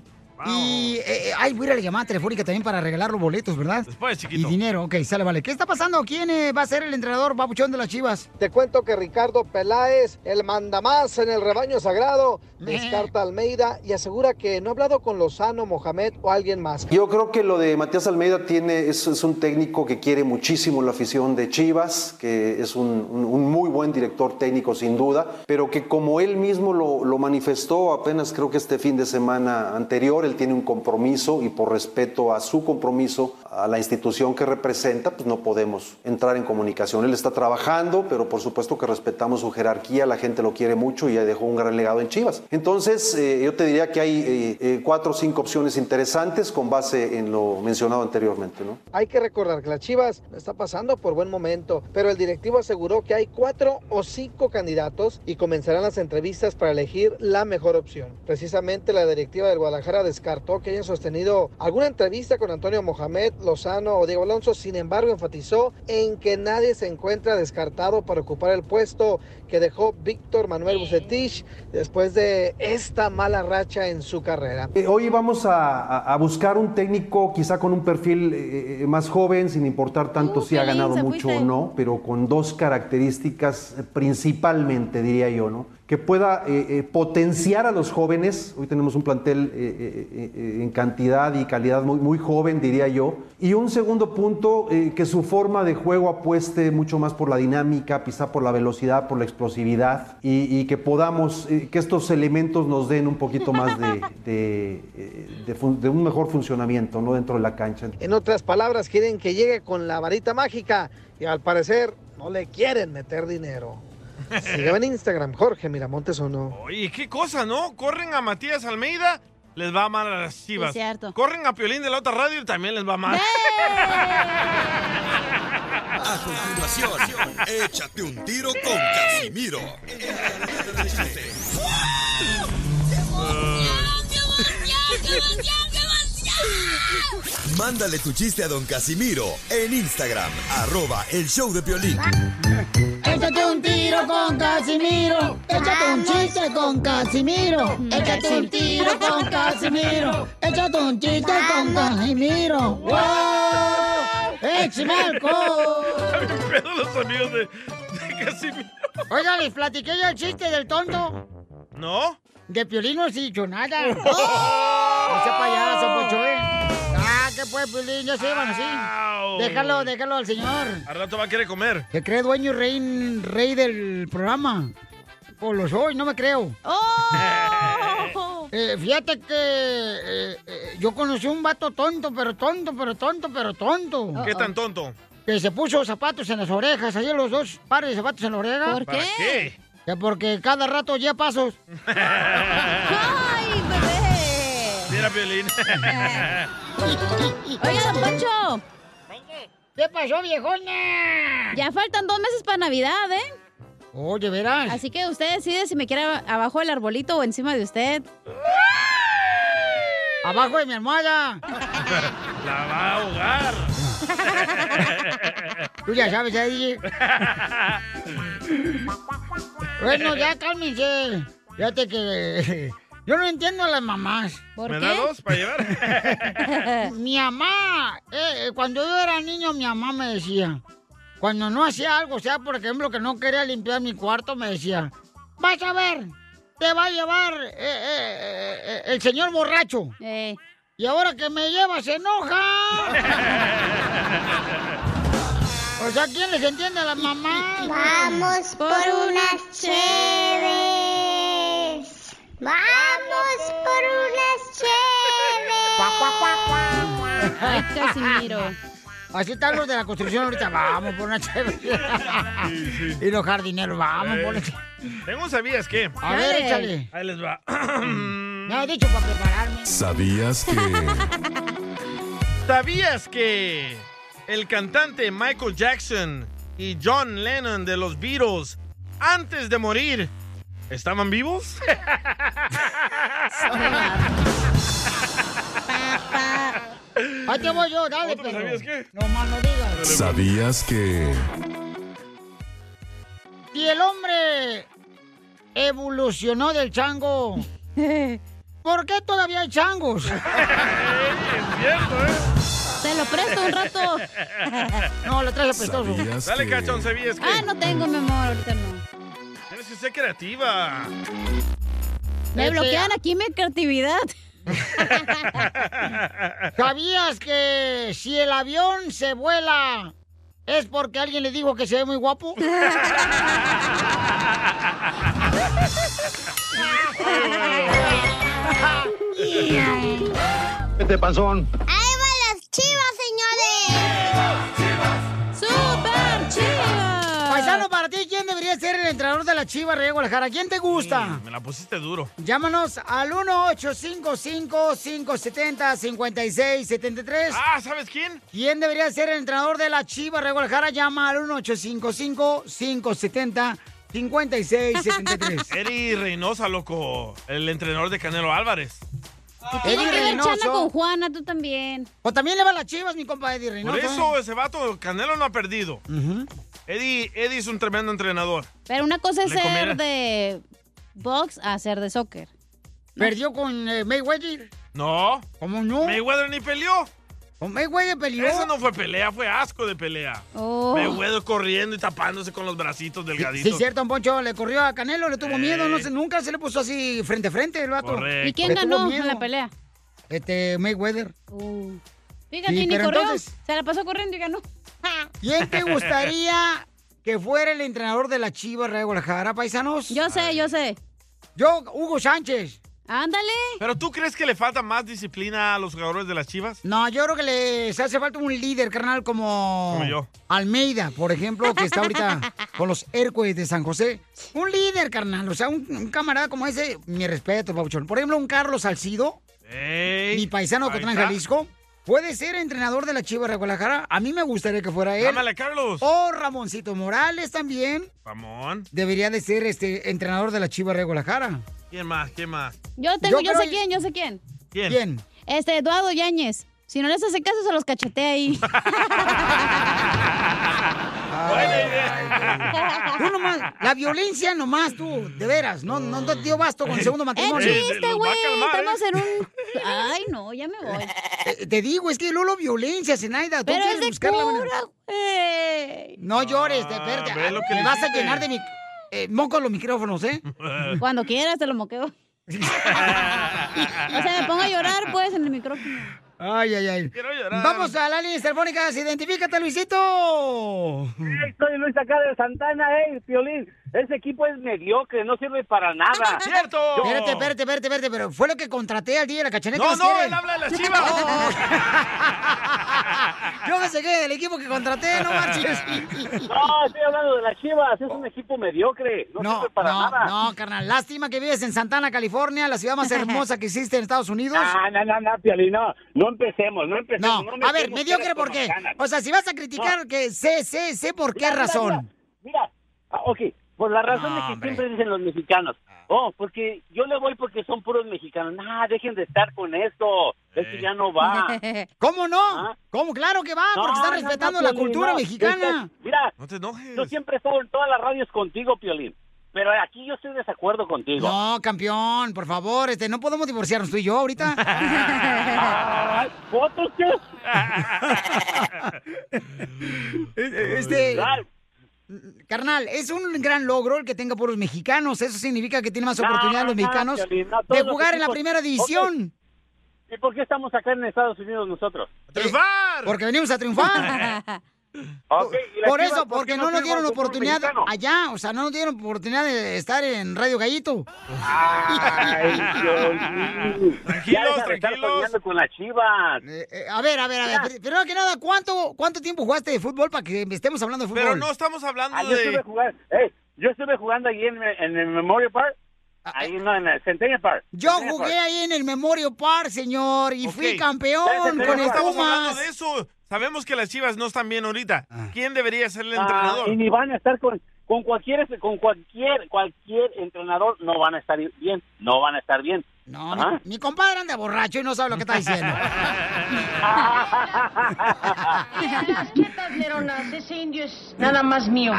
Speaker 3: Y eh, eh, ay, voy a ir a la llamada telefónica también para regalar los boletos, ¿verdad?
Speaker 2: Después, chiquito.
Speaker 3: Y dinero, ok, sale, vale. ¿Qué está pasando? ¿Quién eh, va a ser el entrenador papuchón de las Chivas?
Speaker 7: Te cuento que Ricardo Peláez, el mandamás en el rebaño sagrado, descarta a Almeida y asegura que no ha hablado con Lozano, Mohamed o alguien más.
Speaker 8: Yo creo que lo de Matías Almeida tiene, es, es un técnico que quiere muchísimo la afición de Chivas, que es un, un- un muy buen director técnico sin duda, pero que como él mismo lo, lo manifestó apenas creo que este fin de semana anterior, él tiene un compromiso y por respeto a su compromiso, a la institución que representa, pues no podemos entrar en comunicación. Él está trabajando, pero por supuesto que respetamos su jerarquía, la gente lo quiere mucho y ya dejó un gran legado en Chivas. Entonces, eh, yo te diría que hay eh, eh, cuatro o cinco opciones interesantes con base en lo mencionado anteriormente, ¿no?
Speaker 7: Hay que recordar que las Chivas no está pasando por buen momento, pero el directivo aseguró que hay cuatro o cinco candidatos y comenzarán las entrevistas para elegir la mejor opción. Precisamente la directiva del Guadalajara descartó que hayan sostenido alguna entrevista con Antonio Mohamed, Lozano o Diego Alonso, sin embargo enfatizó en que nadie se encuentra descartado para ocupar el puesto que dejó Víctor Manuel Bucetich después de esta mala racha en su carrera.
Speaker 8: Eh, Hoy vamos a, a- a buscar un técnico quizá con un perfil eh, eh, más joven, sin importar tanto si ha
Speaker 10: Piolín,
Speaker 8: ganado
Speaker 10: se
Speaker 8: mucho o
Speaker 10: fuiste.
Speaker 8: no, pero con dos características eh, principalmente, diría yo, ¿no? Que pueda eh, eh, potenciar a los jóvenes. Hoy tenemos un plantel eh, eh, eh, en cantidad y calidad muy, muy joven, diría yo. Y un segundo punto, eh, que su forma de juego apueste mucho más por la dinámica, quizá por la velocidad, por la explosividad, y, y que podamos, eh, que estos elementos nos den un poquito más de, de, eh, de fun- de un mejor funcionamiento ¿no? dentro de la cancha.
Speaker 7: En otras palabras, quieren que llegue con la varita mágica y al parecer no le quieren meter dinero. Sígueme en Instagram, Jorge Miramontes o no.
Speaker 2: Oye, qué cosa, ¿no? Corren a Matías Almeida, les va mal a las chivas.
Speaker 7: Es cierto.
Speaker 2: Corren a Piolín de la otra radio y también les va mal.
Speaker 6: A continuación, échate un tiro con Casimiro. Mándale tu chiste a don Casimiro en Instagram, arroba el show de violín.
Speaker 3: Échate un tiro con Casimiro. Échate un chiste con Casimiro. Échate un tiro con Casimiro. Échate un chiste con Casimiro. ¡Wow! ¡Échame alcohol!
Speaker 2: A mí me pedo los amigos de, de Casimiro.
Speaker 3: Oiga, les platiqué ya el chiste del tonto.
Speaker 2: ¿No?
Speaker 3: De Piolín no se dicho nada. ¡Oh! Ese payaso, pocho, eh. Ah, que pues, Piolín, ya se llevan así. Déjalo, déjalo al señor.
Speaker 2: Al rato va a querer comer.
Speaker 3: Se cree dueño y rey, rey del programa. Pues lo soy, no me creo. ¡Oh! Eh, fíjate que eh, eh, yo conocí un vato tonto, pero tonto, pero tonto, pero tonto.
Speaker 2: ¿Qué tan tonto?
Speaker 3: Que se puso zapatos en las orejas, ahí los dos pares de zapatos en la oreja.
Speaker 2: ¿Por ¿Para qué?
Speaker 3: Que porque cada rato ya pasos.
Speaker 2: ¡Ay, bebé! Mira, Piolín.
Speaker 5: Oiga, don Poncho.
Speaker 3: ¿Qué pasó, viejona?
Speaker 5: Ya faltan dos meses para Navidad, ¿eh?
Speaker 3: Oye, verás.
Speaker 5: Así que usted decide si me quiere ab- abajo del arbolito o encima de usted.
Speaker 3: ¡Abajo de mi almohada!
Speaker 2: La va a ahogar.
Speaker 3: Tú ya sabes, ¿eh, DJ? Bueno, ya cálmense. Fíjate que yo no entiendo a las mamás.
Speaker 2: ¿Me da dos para llevar?
Speaker 3: mi mamá, eh, eh, cuando yo era niño, mi mamá me decía, cuando no hacía algo, o sea, por ejemplo, que no quería limpiar mi cuarto, me decía, vas a ver, te va a llevar eh, eh, eh, el señor borracho. Y ahora que me lleva, se enoja. o sea, ¿quién les entiende a las mamás?
Speaker 10: Vamos por unas cheves. Vamos por unas cheves.
Speaker 3: Ay, Casimiro. Así están los de la construcción ahorita. Vamos por una chévere. Y los jardineros, vamos por una chévere.
Speaker 2: Tengo un Eh, sabías qué.
Speaker 3: A ver, Dale. échale.
Speaker 2: Ahí les va.
Speaker 3: Me has dicho para prepararme.
Speaker 6: ¿Sabías que...
Speaker 2: ¿Sabías que el cantante Michael Jackson y John Lennon de los Beatles, antes de morir, estaban vivos?
Speaker 3: Ahí te voy yo, dale, Pedro. No más no digas.
Speaker 2: pues.
Speaker 6: ¿Sabías que...
Speaker 3: Si el hombre evolucionó del chango, ¿por qué todavía hay changos?
Speaker 2: ¿eh?
Speaker 5: Te lo presto un rato.
Speaker 3: No, lo traes apestoso.
Speaker 2: Dale, cachón, ¿sabías qué?
Speaker 5: Ah, no tengo, mi amor, ahorita no.
Speaker 2: Tienes que ser creativa.
Speaker 5: Me bloquean aquí mi creatividad.
Speaker 3: ¿Sabías que si el avión se vuela es porque alguien le dijo que se ve muy guapo?
Speaker 11: Este panzón.
Speaker 10: ¡Ahí van las chivas, señores!
Speaker 5: ¡Súper chivas!
Speaker 3: Paisano, para ti, ¿quién debería ser el entrenador de la Chiva Rey Guadalajara? ¿Quién te gusta?
Speaker 2: Me la pusiste duro.
Speaker 3: Llámanos al 1-855-570-5673.
Speaker 2: Ah, ¿sabes quién?
Speaker 3: ¿Quién debería ser el entrenador de la Chiva Rey Guadalajara? Llama al 1-855-570-5673.
Speaker 2: Eri Reynosa, loco. El entrenador de Canelo Álvarez.
Speaker 5: Tiene que ver
Speaker 3: Reynoso.
Speaker 5: Chana con Juana, tú también.
Speaker 3: O también le va las chivas, mi compa Eddie Reynoso. ¿eh?
Speaker 2: Por eso ese vato, Canelo no ha perdido. Eddie, Eddie es un tremendo entrenador.
Speaker 5: Pero una cosa es
Speaker 2: Le
Speaker 5: ser
Speaker 2: comiera.
Speaker 5: de box a ser de soccer.
Speaker 3: ¿Perdió con eh, Mayweather?
Speaker 2: No.
Speaker 3: ¿Cómo no?
Speaker 2: Mayweather ni peleó.
Speaker 3: ¿Con Mayweather peleó?
Speaker 2: Eso no fue pelea, fue asco de pelea.
Speaker 3: Oh.
Speaker 2: Mayweather corriendo y tapándose con los bracitos delgaditos.
Speaker 3: Sí, cierto, Don Poncho le corrió a Canelo, le tuvo miedo, no sé, nunca se le puso así frente a frente el vato.
Speaker 2: Correcto.
Speaker 5: ¿Y quién
Speaker 3: Le tuvo
Speaker 5: ganó
Speaker 3: miedo.
Speaker 5: en la pelea?
Speaker 3: Este, Mayweather.
Speaker 5: Fíjate,
Speaker 3: Sí,
Speaker 5: y ni
Speaker 3: pero
Speaker 5: corrió.
Speaker 3: entonces-
Speaker 5: Se la pasó corriendo y ganó.
Speaker 3: ¿Quién te gustaría que fuera el entrenador de la Chiva Real Guadalajara, paisanos? Yo
Speaker 5: sé, yo sé.
Speaker 3: Yo, Hugo Sánchez.
Speaker 5: Ándale.
Speaker 2: ¿Pero tú crees que le falta más disciplina a los jugadores de las chivas?
Speaker 3: No, yo creo que les hace falta un líder, carnal, como...
Speaker 2: Como yo.
Speaker 3: Almeida, por ejemplo, que está ahorita con los Hércules de San José. Un líder, carnal, o sea, un, un camarada como ese, mi respeto, Pauchón. Por ejemplo, un Carlos Salcido, mi paisano de
Speaker 2: ahí
Speaker 3: Cotlán,
Speaker 2: está.
Speaker 3: Jalisco. Puede ser entrenador de la Chivas de Guadalajara. A mí me gustaría que fuera él.
Speaker 2: Llámale, Carlos.
Speaker 3: O Ramoncito Morales también.
Speaker 2: Ramón.
Speaker 3: Debería de ser este entrenador de la Chivas de Guadalajara.
Speaker 2: ¿Quién más? ¿Quién más?
Speaker 5: Yo tengo,
Speaker 3: Yo
Speaker 5: yo,
Speaker 3: creo-
Speaker 5: sé quién, yo sé quién.
Speaker 2: ¿Quién?
Speaker 5: Este, Eduardo Yáñez. Si no les hace caso, se los cachetea ahí.
Speaker 2: Buena idea.
Speaker 3: Tú nomás, la violencia nomás tú, de veras, no, no, no te dio basto con el segundo
Speaker 5: Es
Speaker 3: matrimonio.
Speaker 5: Eh, chiste, güey. Estamos en un. Ay, no, ya me voy.
Speaker 3: Eh, Te digo, es que Lolo violencia, Zenaida. Tú
Speaker 5: Pero
Speaker 3: quieres
Speaker 5: es de
Speaker 3: buscar la manera.
Speaker 5: cura, güey.
Speaker 3: No llores, te,
Speaker 2: Ah, ve lo que
Speaker 3: me
Speaker 2: le
Speaker 3: vas a
Speaker 2: hiciste.
Speaker 3: llenar de mi... eh, moco los micrófonos, ¿eh?
Speaker 5: Cuando quieras, te lo moqueo. o sea, me pongo a llorar, pues, en el micrófono.
Speaker 3: Ay, ay, ay.
Speaker 2: Quiero
Speaker 3: Vamos a las líneas telefónicas, identifícate, Luisito.
Speaker 11: Soy Luis acá de Santana, eh, Piolín. Ese equipo es mediocre, no sirve para nada.
Speaker 3: Espérate, espérate, espérate, espérate, pero fue lo que contraté al día de la cachaneta.
Speaker 11: No,
Speaker 3: nos
Speaker 11: no,
Speaker 3: quiere.
Speaker 11: él habla de las
Speaker 2: chivas.
Speaker 3: Oh. Yo me seguí del equipo que contraté, no marches.
Speaker 11: No, estoy hablando de las Chivas, es un equipo mediocre, no,
Speaker 3: No,
Speaker 11: sirve para
Speaker 3: no,
Speaker 11: nada.
Speaker 3: no, carnal. Lástima que vives en Santana, California, la ciudad más hermosa que existe en Estados Unidos.
Speaker 11: Ah, No, no, no, no, Piolín, no, no empecemos, no empecemos.
Speaker 3: No,
Speaker 11: No,
Speaker 3: a ver, mediocre por qué. O sea, si vas a criticar, que sé, sé, sé por qué razón.
Speaker 11: Mira, ah, ok, por la razón de que siempre dicen los mexicanos, oh, porque yo le voy porque son puros mexicanos. Nah, dejen de estar con esto, esto ya no va.
Speaker 3: ¿Cómo no? ¿Cómo? Claro que va, porque están respetando la
Speaker 11: Piolín,
Speaker 3: cultura
Speaker 11: no. Este
Speaker 3: mexicana.
Speaker 11: Estás- mira, yo siempre he estado en todas las radios contigo, Piolín, pero aquí yo estoy de desacuerdo contigo.
Speaker 3: No, campeón, por favor, este, no podemos divorciarnos tú y yo ahorita.
Speaker 11: ¿Fotos qué?
Speaker 3: Este, carnal, es un gran logro el que tenga puros mexicanos. Eso significa que tiene más
Speaker 11: No,
Speaker 3: oportunidad los
Speaker 11: no,
Speaker 3: mexicanos
Speaker 11: Piolín, no, todos
Speaker 3: de
Speaker 11: los
Speaker 3: jugar en la
Speaker 11: equipos-
Speaker 3: primera división.
Speaker 11: ¿Y por qué estamos acá en Estados Unidos nosotros?
Speaker 3: ¡Triunfar! Porque venimos a triunfar.
Speaker 11: Ok, ¿y las
Speaker 3: Por
Speaker 11: Chivas
Speaker 3: eso,
Speaker 11: por qué
Speaker 3: porque
Speaker 11: no
Speaker 3: no nos
Speaker 11: firman
Speaker 3: dieron
Speaker 11: con un
Speaker 3: oportunidad
Speaker 11: mexicano?
Speaker 3: allá, o sea, no nos dieron oportunidad de estar en Radio Gallito.
Speaker 11: Tranquilos, tranquilos. con las chivas.
Speaker 3: A ver, a ver, a ver, pr- primero que nada, ¿cuánto, cuánto tiempo jugaste de fútbol para que estemos hablando de fútbol?
Speaker 2: estamos hablando
Speaker 11: yo Estuve jugando, Ey, yo estuve jugando allí en, en el Memorial Park,
Speaker 2: Ah,
Speaker 11: ahí
Speaker 2: eh.
Speaker 11: no, en el Centennial Park.
Speaker 3: Yo
Speaker 11: Centennial
Speaker 3: jugué
Speaker 11: Park.
Speaker 3: ahí en el Memorial Park, señor, y fui
Speaker 2: Pero
Speaker 3: campeón con
Speaker 2: no
Speaker 3: el
Speaker 2: estamos hablando
Speaker 3: Pumas.
Speaker 2: de eso. Sabemos que las Chivas no están bien ahorita. ¿Quién debería ser el
Speaker 11: Ah,
Speaker 2: entrenador?
Speaker 11: y ni van a estar con, con cualquier, con cualquier, cualquier entrenador, no van a estar bien, no van a estar bien.
Speaker 3: No,
Speaker 11: Ajá.
Speaker 3: mi, mi compadre anda borracho y no sabe lo que está diciendo.
Speaker 9: "Ah, Ese indio es nada más mío.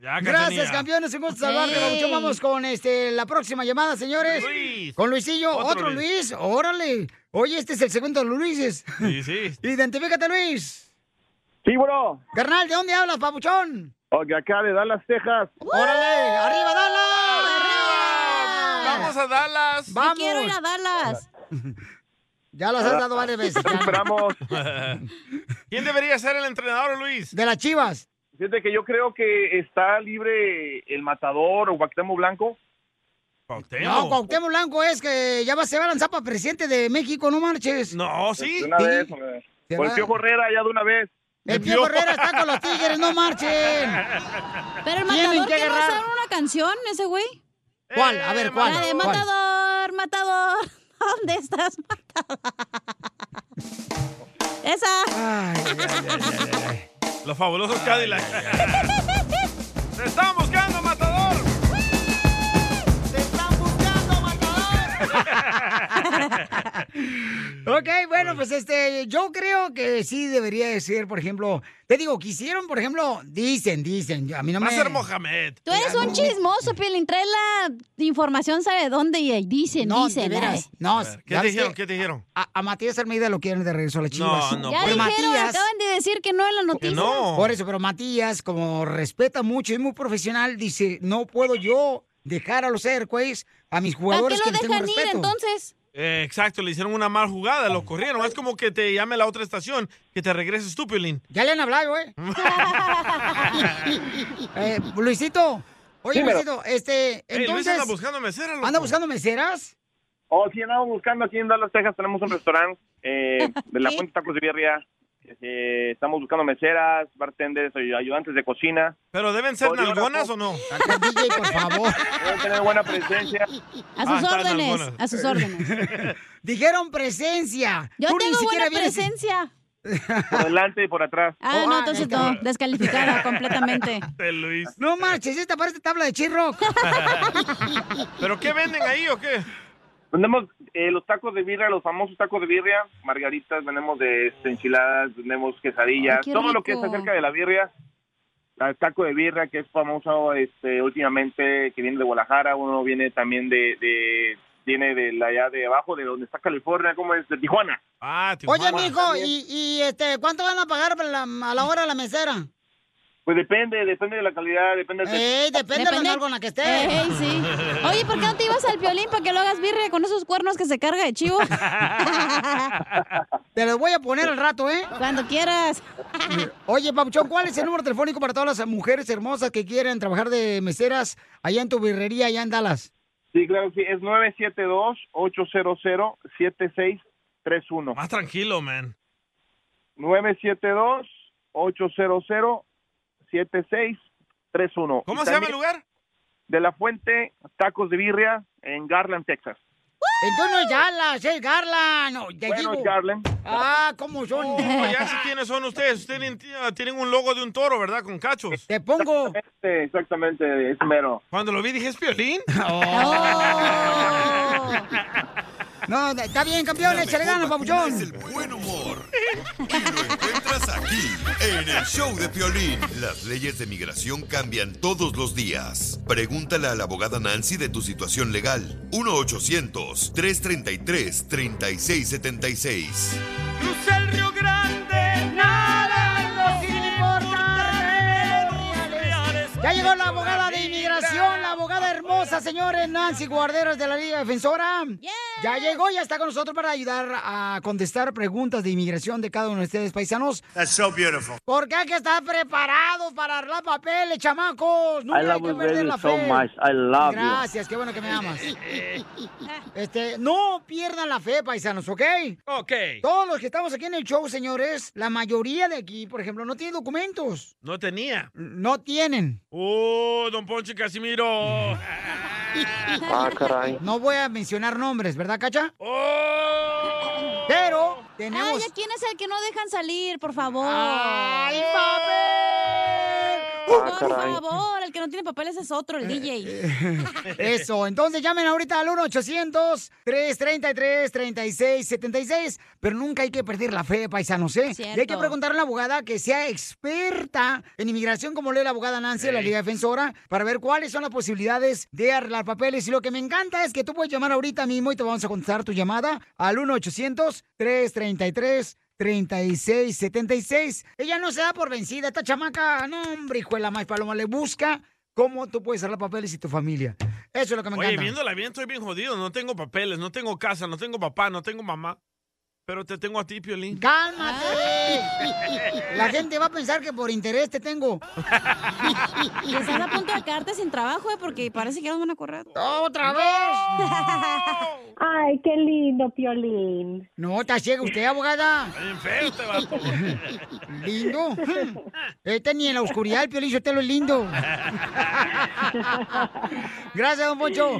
Speaker 2: Ya,
Speaker 3: Gracias, campeones. Un gusto saludarte,
Speaker 9: Sí.
Speaker 3: Pabuchón. Vamos con este, la próxima llamada, señores. Con Luisillo. Otro,
Speaker 2: Otro
Speaker 3: Luis.
Speaker 2: Luis.
Speaker 3: Órale. Oye, este es el segmento de los Luises.
Speaker 2: Sí, sí.
Speaker 3: Identifícate, Luis.
Speaker 12: Sí, bro.
Speaker 3: Carnal, ¿de dónde hablas, papuchón?
Speaker 12: Oye, acá de Dallas, Texas.
Speaker 3: ¡Órale! ¡Arriba, Dallas!
Speaker 2: ¡Vamos a Dallas!
Speaker 3: ¡Vamos!
Speaker 5: quiero ir a Dallas.
Speaker 3: Ya las has dado varias veces.
Speaker 12: Esperamos.
Speaker 2: ¿Quién debería ser el entrenador, Luis?
Speaker 3: De las chivas.
Speaker 12: Fíjate que yo creo que está libre el matador o Cuauhtémoc Blanco.
Speaker 3: No, Cuauhtémoc Blanco es que ya va, se va a lanzar para presidente de México, no marches.
Speaker 2: No,
Speaker 12: De una vez, hombre.
Speaker 3: Te
Speaker 12: O el
Speaker 3: va.
Speaker 12: Piojo Herrera ya de una vez.
Speaker 3: El Pío Herrera está con los tigres, no marchen.
Speaker 5: Pero el
Speaker 3: Tienen
Speaker 5: matador
Speaker 3: que
Speaker 5: que no
Speaker 3: agarrar.
Speaker 5: sabe una canción, ese güey. Eh,
Speaker 3: ¿Cuál? A ver, ¿cuál?
Speaker 5: La de
Speaker 3: ¿Cuál?
Speaker 5: matador, matador. ¿Dónde estás, matador? Esa.
Speaker 3: Ah.
Speaker 2: Los fabulosos Cadillacs. ¡Te están buscando, matador!
Speaker 3: Ok, bueno, pues este, yo creo que sí debería de ser, por ejemplo, te digo, quisieron, por ejemplo, dicen, dicen, a mí no
Speaker 2: Va a
Speaker 3: me...
Speaker 2: ser Mohamed.
Speaker 5: Tú eres un chismoso, Pielín. Trae la información, sabe dónde y dicen,
Speaker 3: No,
Speaker 5: dicen. ¿eh?
Speaker 3: de veras,
Speaker 5: ay.
Speaker 3: no.
Speaker 2: ¿Qué
Speaker 3: ¿sabes
Speaker 2: te dijeron?
Speaker 3: qué?
Speaker 2: ¿Qué te dijeron?
Speaker 3: A, a Matías Almeida lo quieren de regreso a las chivas.
Speaker 2: no,
Speaker 5: Ya
Speaker 3: Pero
Speaker 5: dijeron,
Speaker 3: Matías,
Speaker 5: acaban de decir que no en la noticia.
Speaker 3: Por eso, pero Matías, como respeta mucho y es muy profesional, dice, no puedo yo dejar a los Airways, a mis jugadores que les tengo respeto.
Speaker 5: entonces?
Speaker 2: Eh, exacto, le hicieron una mal jugada, lo corrieron. Es como que te llame la otra estación, que te regreses tú, Piolín.
Speaker 3: Ya le han hablado, ¿eh? Eh, Luisito, oye,
Speaker 2: Dímelo.
Speaker 3: Luisito, este,
Speaker 2: Ey, Luis
Speaker 3: entonces...
Speaker 2: anda buscando meseras, loco.
Speaker 3: ¿Anda buscando meseras?
Speaker 12: Oh, sí, andamos buscando aquí en Dallas, Texas. Tenemos un restaurante eh, de la Fuente Tacos de Birria. Eh, estamos buscando meseras, bartenders, ay- ayudantes de cocina.
Speaker 2: ¿Pero deben ser
Speaker 12: Coreógrafo.
Speaker 2: nalgonas o no?
Speaker 3: por favor.
Speaker 12: Deben tener buena presencia.
Speaker 5: A sus órdenes, a sus órdenes.
Speaker 3: Dijeron presencia.
Speaker 5: Yo
Speaker 3: Tú ni
Speaker 5: tengo
Speaker 3: siquiera
Speaker 5: buena
Speaker 3: vienes- Oh,
Speaker 5: presencia.
Speaker 12: Por delante y por atrás.
Speaker 5: Ah, no, entonces no, descalificada completamente.
Speaker 2: Luis.
Speaker 3: No marches, esta parece tabla de chirroc.
Speaker 2: ¿Pero qué venden ahí o qué?
Speaker 12: Vendemos eh, los tacos de birria, los famosos tacos de birria, margaritas, vendemos de este, enchiladas, vendemos quesadillas,
Speaker 14: Ay, qué
Speaker 12: todo lo que
Speaker 14: rico.
Speaker 12: está cerca de la birria. El taco de birria que es famoso este, últimamente, que viene de Guadalajara, uno viene también de, de viene de la- allá de abajo, de donde está California, ¿cómo es? De Tijuana.
Speaker 2: Ah,
Speaker 3: Oye, mijo, ¿y, y este, cuánto van a pagar para la- a la hora de la mesera?
Speaker 12: Pues depende, depende de la calidad, depende del...
Speaker 3: Ey, Eh, depende, de la nalga en la que esté.
Speaker 5: Ey, sí. Oye, ¿por qué no te ibas al violín para que lo hagas birria con esos cuernos que se carga de chivo?
Speaker 3: Te los voy a poner al rato, ¿eh?
Speaker 5: Cuando quieras.
Speaker 3: Oye, Papuchón, ¿cuál es el número telefónico para todas las mujeres hermosas que quieren trabajar de meseras allá en tu birrería, allá en Dallas?
Speaker 12: Sí, claro, sí, es 972-800-7631.
Speaker 2: Más tranquilo, man.
Speaker 12: 972 800-7631.
Speaker 2: ¿Cómo se llama el lugar?
Speaker 12: De la Fuente, Tacos de Birria, en Garland, Texas.
Speaker 3: Entonces no es Dallas, es Garland. No, te
Speaker 12: Bueno,
Speaker 3: digo.
Speaker 12: Garland.
Speaker 3: Ah, ¿cómo son?
Speaker 2: Oh, ya sé quiénes son ustedes. Ustedes tienen, ah, tienen un logo de un toro, ¿verdad? Con cachos.
Speaker 3: Te pongo.
Speaker 12: Exactamente, exactamente, es mero.
Speaker 2: Cuando lo vi dije, ¿es Piolín?
Speaker 3: Oh. No, está bien, campeón, échale ganas, papuchón.
Speaker 6: Entras aquí, en el show de Piolín. Las leyes de migración cambian todos los días. Pregúntale a la abogada Nancy de tu situación legal. 1-800-333-3676.
Speaker 13: Cruza el Río Grande,
Speaker 3: nada
Speaker 13: nada nos importa.
Speaker 3: Ya llegó la abogada de inmigración, la abogada hermosa, señores, Nancy Guarderos de la Liga Defensora. Ya llegó, ya está con nosotros para ayudar a contestar preguntas de inmigración de cada uno de ustedes, paisanos.
Speaker 14: That's so beautiful.
Speaker 3: Porque hay que estar preparados para arreglar papeles, chamacos. Nunca
Speaker 14: I love
Speaker 3: hay que
Speaker 14: you
Speaker 3: perder
Speaker 14: very
Speaker 3: la
Speaker 14: so
Speaker 3: fe.
Speaker 14: much. I love you.
Speaker 3: Gracias, qué bueno que me amas. Este, no pierdan la fe, paisanos, ¿ok?
Speaker 2: Ok.
Speaker 3: Todos los que estamos aquí en el show, señores, la mayoría de aquí, por ejemplo, no tiene documentos.
Speaker 2: No tenía.
Speaker 3: No tienen.
Speaker 2: Oh, don Poncho y Casimiro.
Speaker 3: Mm, Ah,
Speaker 2: caray.
Speaker 3: No voy a mencionar nombres, ¿verdad, Cacha? Pero
Speaker 5: Ay,
Speaker 3: tenemos...
Speaker 5: ¿a ¿quién es el que no dejan salir, por favor?
Speaker 3: ¡Ay, papel!
Speaker 5: Por
Speaker 3: Ah, caray. Eh,
Speaker 5: favor, el que no tiene papeles es otro, el DJ.
Speaker 3: Eso, entonces llamen ahorita al 1-800-333-3676, pero nunca hay que perder la fe, paisanos, ¿eh? Y hay que
Speaker 5: Cierto.
Speaker 3: preguntarle a una abogada que sea experta en inmigración, como lee la abogada Nancy de la
Speaker 5: Ey.
Speaker 3: Liga Defensora, para ver cuáles son las posibilidades de arreglar papeles. Y lo que me encanta es que tú puedes llamar ahorita mismo y te vamos a contestar tu llamada al 1-800-333. 3676. Ella no se da por vencida. Esta chamaca, no, hombre, hijuela más paloma, le busca cómo tú puedes arreglar papeles y tu familia. Eso es lo que me
Speaker 2: Oye,
Speaker 3: encanta.
Speaker 2: viéndola bien, estoy bien jodido. No tengo papeles, no tengo casa, no tengo papá, no tengo mamá. Pero te tengo a ti, Piolín.
Speaker 3: ¡Cálmate! La gente va a pensar que por interés te tengo.
Speaker 5: Y estás a punto de quedarte sin trabajo, eh, porque parece que nos van a correr.
Speaker 3: ¡Otra vez!
Speaker 18: Ay, qué lindo, Piolín.
Speaker 3: No, está ciega usted, abogada.
Speaker 2: Feo este vato.
Speaker 3: Lindo. Este ni en la oscuridad, el piolín te lo es lindo. Gracias, don Poncho.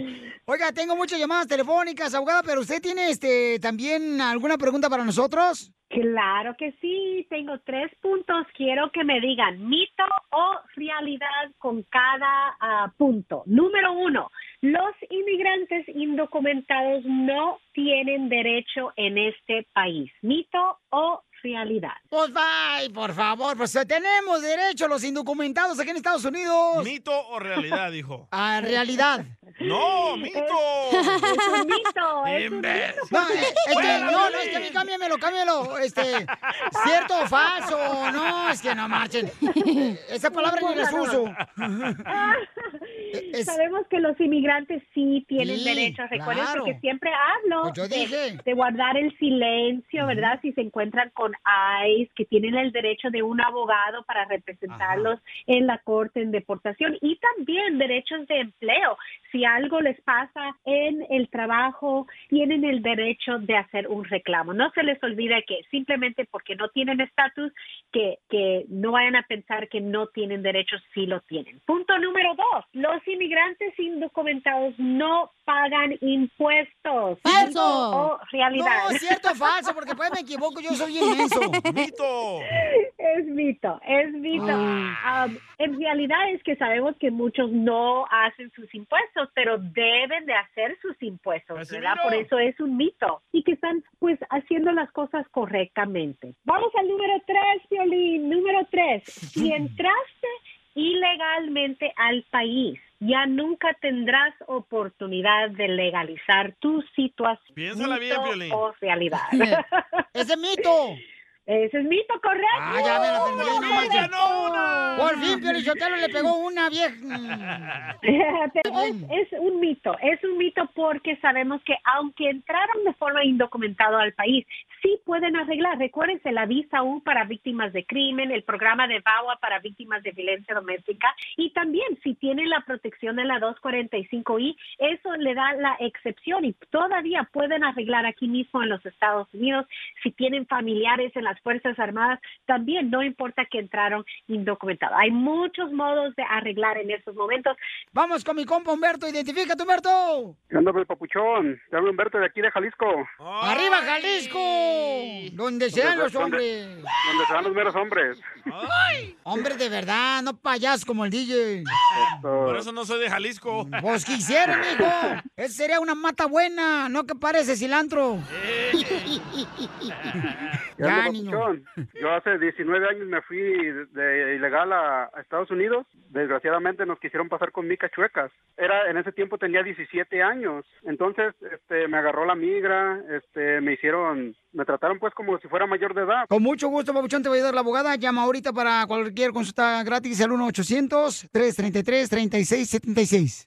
Speaker 3: Oiga, tengo muchas llamadas telefónicas, abogada, pero usted tiene este también alguna pregunta para nosotros.
Speaker 18: Claro que sí, tengo tres puntos. Quiero que me digan mito o realidad con cada ah, punto. Número uno, los inmigrantes indocumentados no tienen derecho en este país. Mito o realidad.
Speaker 3: Pues bye, por favor, pues tenemos derecho los indocumentados aquí en Estados Unidos.
Speaker 2: ¿Mito o Oh, realidad, dijo?
Speaker 3: A realidad.
Speaker 2: ¡No, mito!
Speaker 3: Es un
Speaker 18: mito,
Speaker 2: es un Imbécil. mito.
Speaker 3: No, eh, es que,
Speaker 2: Fuera,
Speaker 3: no, no,
Speaker 2: Piolín.
Speaker 3: es que a mí cámbiamelo, cámbiamelo. Este, cierto o falso, no, es que no marchen. Eh, Esa palabra yo les uso.
Speaker 18: Sabemos que los inmigrantes sí tienen
Speaker 3: Eh, Sí,
Speaker 18: derechos. Recuerden
Speaker 3: claro.
Speaker 18: que siempre hablo
Speaker 3: Pues yo
Speaker 18: de-
Speaker 3: dije.
Speaker 18: De, guardar el silencio, ¿verdad? Si se encuentran con ICE, que tienen el derecho de un abogado para representarlos en la corte, en deportación y también derechos de empleo. Si algo les pasa en el trabajo, tienen el derecho de hacer un reclamo. No se les olvide que simplemente porque no tienen estatus, que, que no vayan a pensar que no tienen derechos si lo tienen. Punto número dos, los inmigrantes indocumentados no pagan impuestos.
Speaker 3: ¡Falso!
Speaker 18: O Oh, realidad.
Speaker 3: No, es cierto o falso, porque después me equivoco, yo soy inmenso.
Speaker 2: ¡Mito!
Speaker 18: Es mito, es mito.
Speaker 3: Ah.
Speaker 18: Um, en realidad es que sabemos que muchos no hacen sus impuestos, pero deben de hacer sus impuestos, ¿verdad?
Speaker 14: Casimiro.
Speaker 18: Por eso es un mito. Y que están, pues, haciendo las cosas correctamente. Vamos al número tres, Violín. Número tres. Si entraste ilegalmente al país, ya nunca tendrás oportunidad de legalizar tu situación.
Speaker 2: Piénsala bien,
Speaker 18: Mito
Speaker 2: Piolín.
Speaker 18: o realidad.
Speaker 3: ¡Ese es mito!
Speaker 18: Ese es mito, correcto.
Speaker 3: Ah, ya me la terminé.
Speaker 18: Correcto.
Speaker 3: Por al fin, Pio Lizotelo le pegó una vieja.
Speaker 18: Pero es, es un mito, es un mito porque sabemos que aunque entraron de forma indocumentada al país, sí pueden arreglar. Recuérdense la visa U para víctimas de crimen, el programa de VAWA para víctimas de violencia doméstica y también si tienen la protección de la 245I, eso le da la excepción y todavía pueden arreglar aquí mismo en los Estados Unidos. Si tienen familiares en las Fuerzas Armadas, también no importa que entraron indocumentados. Hay muchos modos de arreglar en estos momentos.
Speaker 3: Vamos con mi compa Humberto, identifícate Humberto.
Speaker 20: ¿Qué onda, pues, papuchón? Te hablo Humberto de aquí de Jalisco.
Speaker 3: ¡Arriba Jalisco! Donde Ah, sean los hombres.
Speaker 20: Donde se dan los meros hombres.
Speaker 3: Hombres de verdad, no payas como el DJ.
Speaker 2: Por eso no soy de Jalisco.
Speaker 3: Vos quisieron, hijo. Esa sería una mata buena, no que parece cilantro.
Speaker 20: ¿Qué onda,
Speaker 3: Ya, niño.
Speaker 20: papuchón? Yo hace 19 años me fui de ilegal a, a Estados Unidos. Desgraciadamente nos quisieron pasar con micas chuecas. Era en ese tiempo tenía 17 años. Entonces, este, me agarró la migra, este, me hicieron, me trataron pues como si fuera mayor de edad.
Speaker 3: Con mucho gusto, Papuchón, te voy a ayudar la abogada. Llama ahorita para cualquier consulta gratis al 1-800-333-3676.